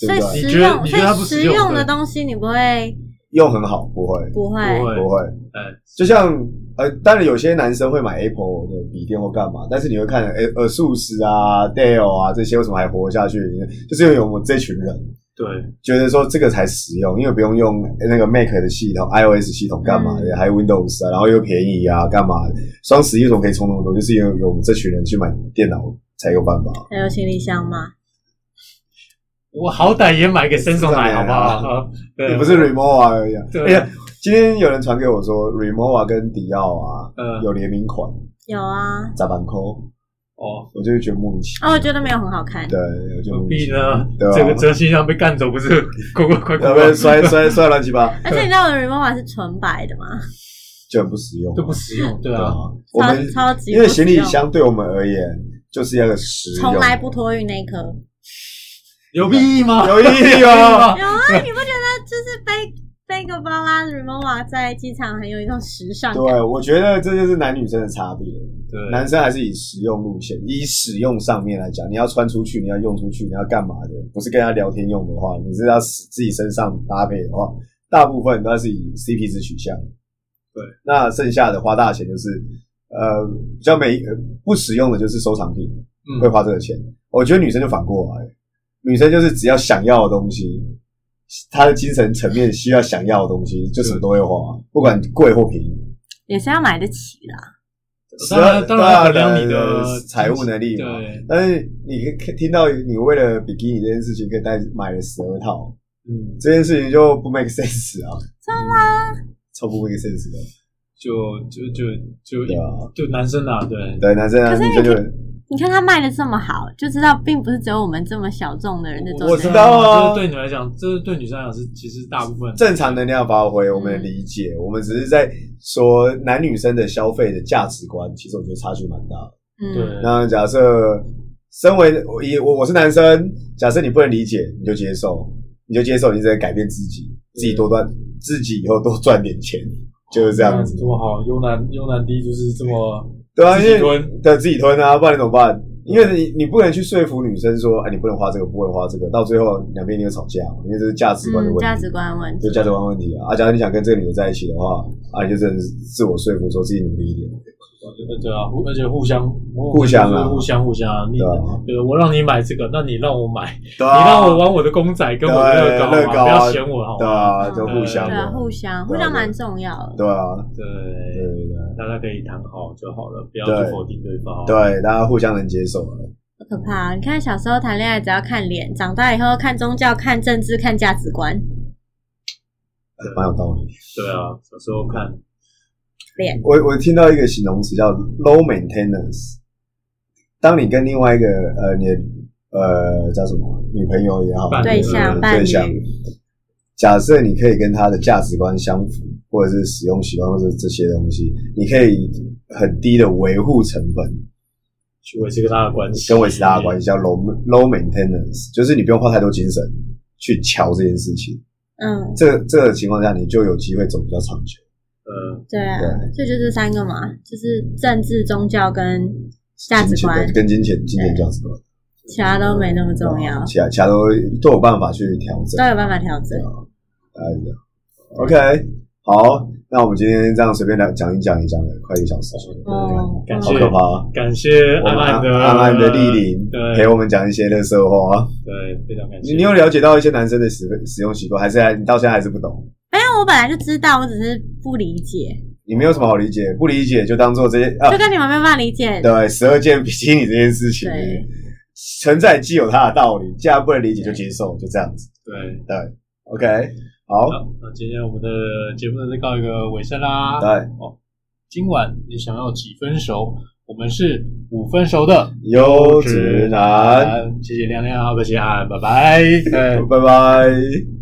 Speaker 2: 对
Speaker 3: 所以
Speaker 2: 不对？
Speaker 3: 实
Speaker 1: 你觉得
Speaker 3: 用，
Speaker 1: 你
Speaker 3: 所
Speaker 1: 觉得它
Speaker 3: 以
Speaker 1: 不
Speaker 3: 实
Speaker 1: 实用
Speaker 3: 用的
Speaker 1: 对
Speaker 3: 东西你不会
Speaker 2: 用很好，不会
Speaker 3: 不会
Speaker 1: 不会
Speaker 2: 不会，
Speaker 1: 呃，
Speaker 2: 就像呃，当然有些男生会买 Apple 的笔电或干嘛，但是你会看呃呃素食啊、Dell 啊这些为什么还活下去？就是因为有我们这群人
Speaker 1: 对，
Speaker 2: 觉得说这个才实用，因为不用用呃那个 Mac 的系统、iOS 系统干嘛
Speaker 1: 嗯
Speaker 2: 的，还有 Windows 啊，然后又便宜啊，干嘛的？双十一怎么可以充那么多？就是因为有我们这群人去买电脑才有办法。
Speaker 3: 还有行李箱吗？
Speaker 1: 我好歹也买个伸手奶好
Speaker 2: 是
Speaker 1: 不
Speaker 2: 的
Speaker 1: 好？啊对，
Speaker 2: 也不是 Remova 而已、啊。
Speaker 1: 对
Speaker 2: 哎呀，今天有人传给我说 Remova 跟迪奥啊
Speaker 1: 呃
Speaker 2: 有联名款，
Speaker 3: 有啊，
Speaker 2: 咋办扣？
Speaker 1: 哦，
Speaker 2: 我就会觉得莫名其妙
Speaker 3: 啊，我觉得没有很好看。
Speaker 2: 对，我就
Speaker 1: 何
Speaker 2: 莫名其
Speaker 1: 必
Speaker 2: 妙
Speaker 1: 呢？
Speaker 2: 对啊
Speaker 1: 这个哲心上被干走不是快快快
Speaker 2: 要
Speaker 1: 快
Speaker 2: 不然
Speaker 1: 快，
Speaker 2: 摔摔摔乱七八糟，
Speaker 3: [laughs] 而且你知道我的 Remova 是纯白的吗？
Speaker 2: 就很不实用。
Speaker 1: 这不实用，对
Speaker 2: 对啊
Speaker 1: 啊，，
Speaker 2: 我们
Speaker 3: 超超级
Speaker 2: 因为行李
Speaker 3: 不实用，
Speaker 2: 箱对我们而言就是要个实用，
Speaker 3: 从来不托运那一颗。
Speaker 1: 有意义吗？
Speaker 2: 有意义
Speaker 3: [laughs]
Speaker 2: 哦。
Speaker 3: 有啊，你不觉得就是背背个包拉 Remova 在机场很有一种时尚感？
Speaker 2: 对，我觉得这就是男女生的差别。
Speaker 1: 对，
Speaker 2: 男生还是以实用路线，以使用上面来讲，你要穿出去，你要用出去，你要干嘛的？不是跟他聊天用的话，你是要使自己身上搭配的话，大部分都是以 CP 值取向。
Speaker 1: 对，
Speaker 2: 那剩下的花大钱就是，呃，比较没呃不实用的就是收藏品。会
Speaker 1: 嗯，
Speaker 2: 花这个钱。我觉得女生就反过来，女生就是只要想要的东西，她的精神层面需要想要的东西，就什么都会花，不管贵或便宜。
Speaker 3: 也是要买得起的。
Speaker 1: 当然当然衡量你
Speaker 2: 当然
Speaker 1: 的
Speaker 2: 呃财务能力嘛。
Speaker 1: 对，
Speaker 2: 但是你可以听到你为了比基尼这件事情，可以带买了十二套，
Speaker 1: 嗯，
Speaker 2: 这件事情就不 make sense 啊，
Speaker 3: 真的吗？
Speaker 2: 超不 make sense 的，
Speaker 1: 就就就就
Speaker 2: 对
Speaker 1: 一
Speaker 2: 啊。
Speaker 1: 就男生啊，对，
Speaker 2: 对，男生啊，
Speaker 3: 可是
Speaker 2: 女
Speaker 3: 你
Speaker 2: 生就
Speaker 3: 你看它卖的这么好，就知道并不是只有我们这么小众的人在做
Speaker 2: 我
Speaker 3: 这
Speaker 2: 知
Speaker 3: 个。
Speaker 2: 道啊
Speaker 1: 这对你来讲，这对女生来讲是其实大部分
Speaker 2: 正常能量发挥，我们能理解，我们只是在说男女生的消费的价值观，其实我觉得差距蛮大的。
Speaker 1: 对
Speaker 3: 嗯，
Speaker 2: 那假设身为我以我我是男生，假设你不能理解，你就接受，你就接受，你只能改变自己，自己多赚，自己以后多赚点钱，就是这样子，
Speaker 3: 嗯
Speaker 1: 这么好，优男优男低就是这么
Speaker 2: 对啊，
Speaker 1: 自
Speaker 2: 因
Speaker 1: 己
Speaker 2: 为
Speaker 1: 蹲，
Speaker 2: 对自己吞啊，不然你怎么办？因为你你不能去说服女生说，哎，你不能花这个，不能花这个，到最后两边你会吵架，因为这是价值观的
Speaker 3: 嗯，
Speaker 2: 问题。
Speaker 3: 价值观问题
Speaker 2: 就。价值观问题啊，啊，假如你想跟这个女的在一起的话，啊，你就只能自我说服，说自己努力一点，
Speaker 1: 对啊，互而且互相
Speaker 2: 互相啊
Speaker 1: 互相互相啊，你
Speaker 2: 对啊
Speaker 1: 对我让你买这个，那你让我买，你
Speaker 2: 对啊，
Speaker 1: 让我玩我的公仔跟我的乐
Speaker 2: 对
Speaker 1: 高
Speaker 2: 乐高
Speaker 1: 嘛，
Speaker 2: 啊
Speaker 1: 不要嫌我好
Speaker 2: 对
Speaker 1: 吗？
Speaker 2: 啊，就互相
Speaker 3: 对啊，
Speaker 2: 的，
Speaker 3: 互相
Speaker 2: 对
Speaker 3: 互
Speaker 2: 啊
Speaker 3: 相蛮重要的。
Speaker 2: 对啊，对
Speaker 1: 对，
Speaker 2: 对对
Speaker 1: 大家可以谈好就好了，不要
Speaker 2: 对
Speaker 1: 去否定对方。
Speaker 2: 对，大家互相能接受啊，
Speaker 3: 好可怕啊、你看小时候谈恋爱只要看脸，长大以后看宗教、看政治、看价值观，
Speaker 2: 呃蛮有道理。
Speaker 1: 对啊，小时候看
Speaker 3: 脸
Speaker 2: 我我听到一个形容词叫 low maintenance。当你跟另外一个呃，你的呃叫什么女朋友也好，呃
Speaker 1: 伴侣
Speaker 3: 对象、
Speaker 1: 嗯
Speaker 3: 伴
Speaker 2: 对象，
Speaker 3: 侣，
Speaker 2: 假设你可以跟他的价值观相符，或者是使用习惯，或者是这些东西，你可以很低的维护成本
Speaker 1: 去维持跟他的关系，
Speaker 2: 跟维持大家关系，叫 low low maintenance，就是你不用花太多精神去瞧这件事情。
Speaker 3: 嗯，
Speaker 2: 这这个情况下，你就有机会走比较长久。
Speaker 1: 呃，
Speaker 3: 对啊
Speaker 2: 嗯对，
Speaker 3: 这就这三个嘛，就是政治、宗教跟价值
Speaker 2: 金钱
Speaker 3: 观
Speaker 2: 跟，跟金钱、金钱价值观，
Speaker 3: 其他都没那么重要，
Speaker 2: 哦其他其他都都有办法去调整。啊
Speaker 3: 都有办法调整。
Speaker 2: 大概是这样。OK，好，那我们今天这样随便聊讲一讲，也讲了快一个小时，
Speaker 3: 哦，
Speaker 1: 感
Speaker 2: 好
Speaker 1: 谢
Speaker 2: 可怕啊！
Speaker 1: 感谢
Speaker 2: 我
Speaker 1: 安
Speaker 2: 们啊
Speaker 1: 安的
Speaker 2: 暗暗的莅临，陪
Speaker 1: 对
Speaker 2: 我们讲一些乐色话。
Speaker 1: 对，非常感谢。
Speaker 2: 你你有了解到一些男生的使使用习惯，还是还你到现在还是不懂？
Speaker 3: 但我本来就知道，我只是不理解，
Speaker 2: 你没有什么好理解，不理解就当做这些啊
Speaker 3: 就，跟你们没有办法理解。
Speaker 2: 对，十二件比基尼这件事情
Speaker 3: 对，
Speaker 2: 存在既有它的道理，既然不能理解就接受，就这样子。
Speaker 1: 对，
Speaker 2: OK，好，
Speaker 1: 好，那今天我们的节目呢就告一个尾声啦。
Speaker 2: 对，
Speaker 1: 今晚你想要几分熟？我们是五分熟的
Speaker 2: 优直男，
Speaker 1: [laughs] 谢谢亮亮，谢谢安，拜拜。对
Speaker 2: 拜拜。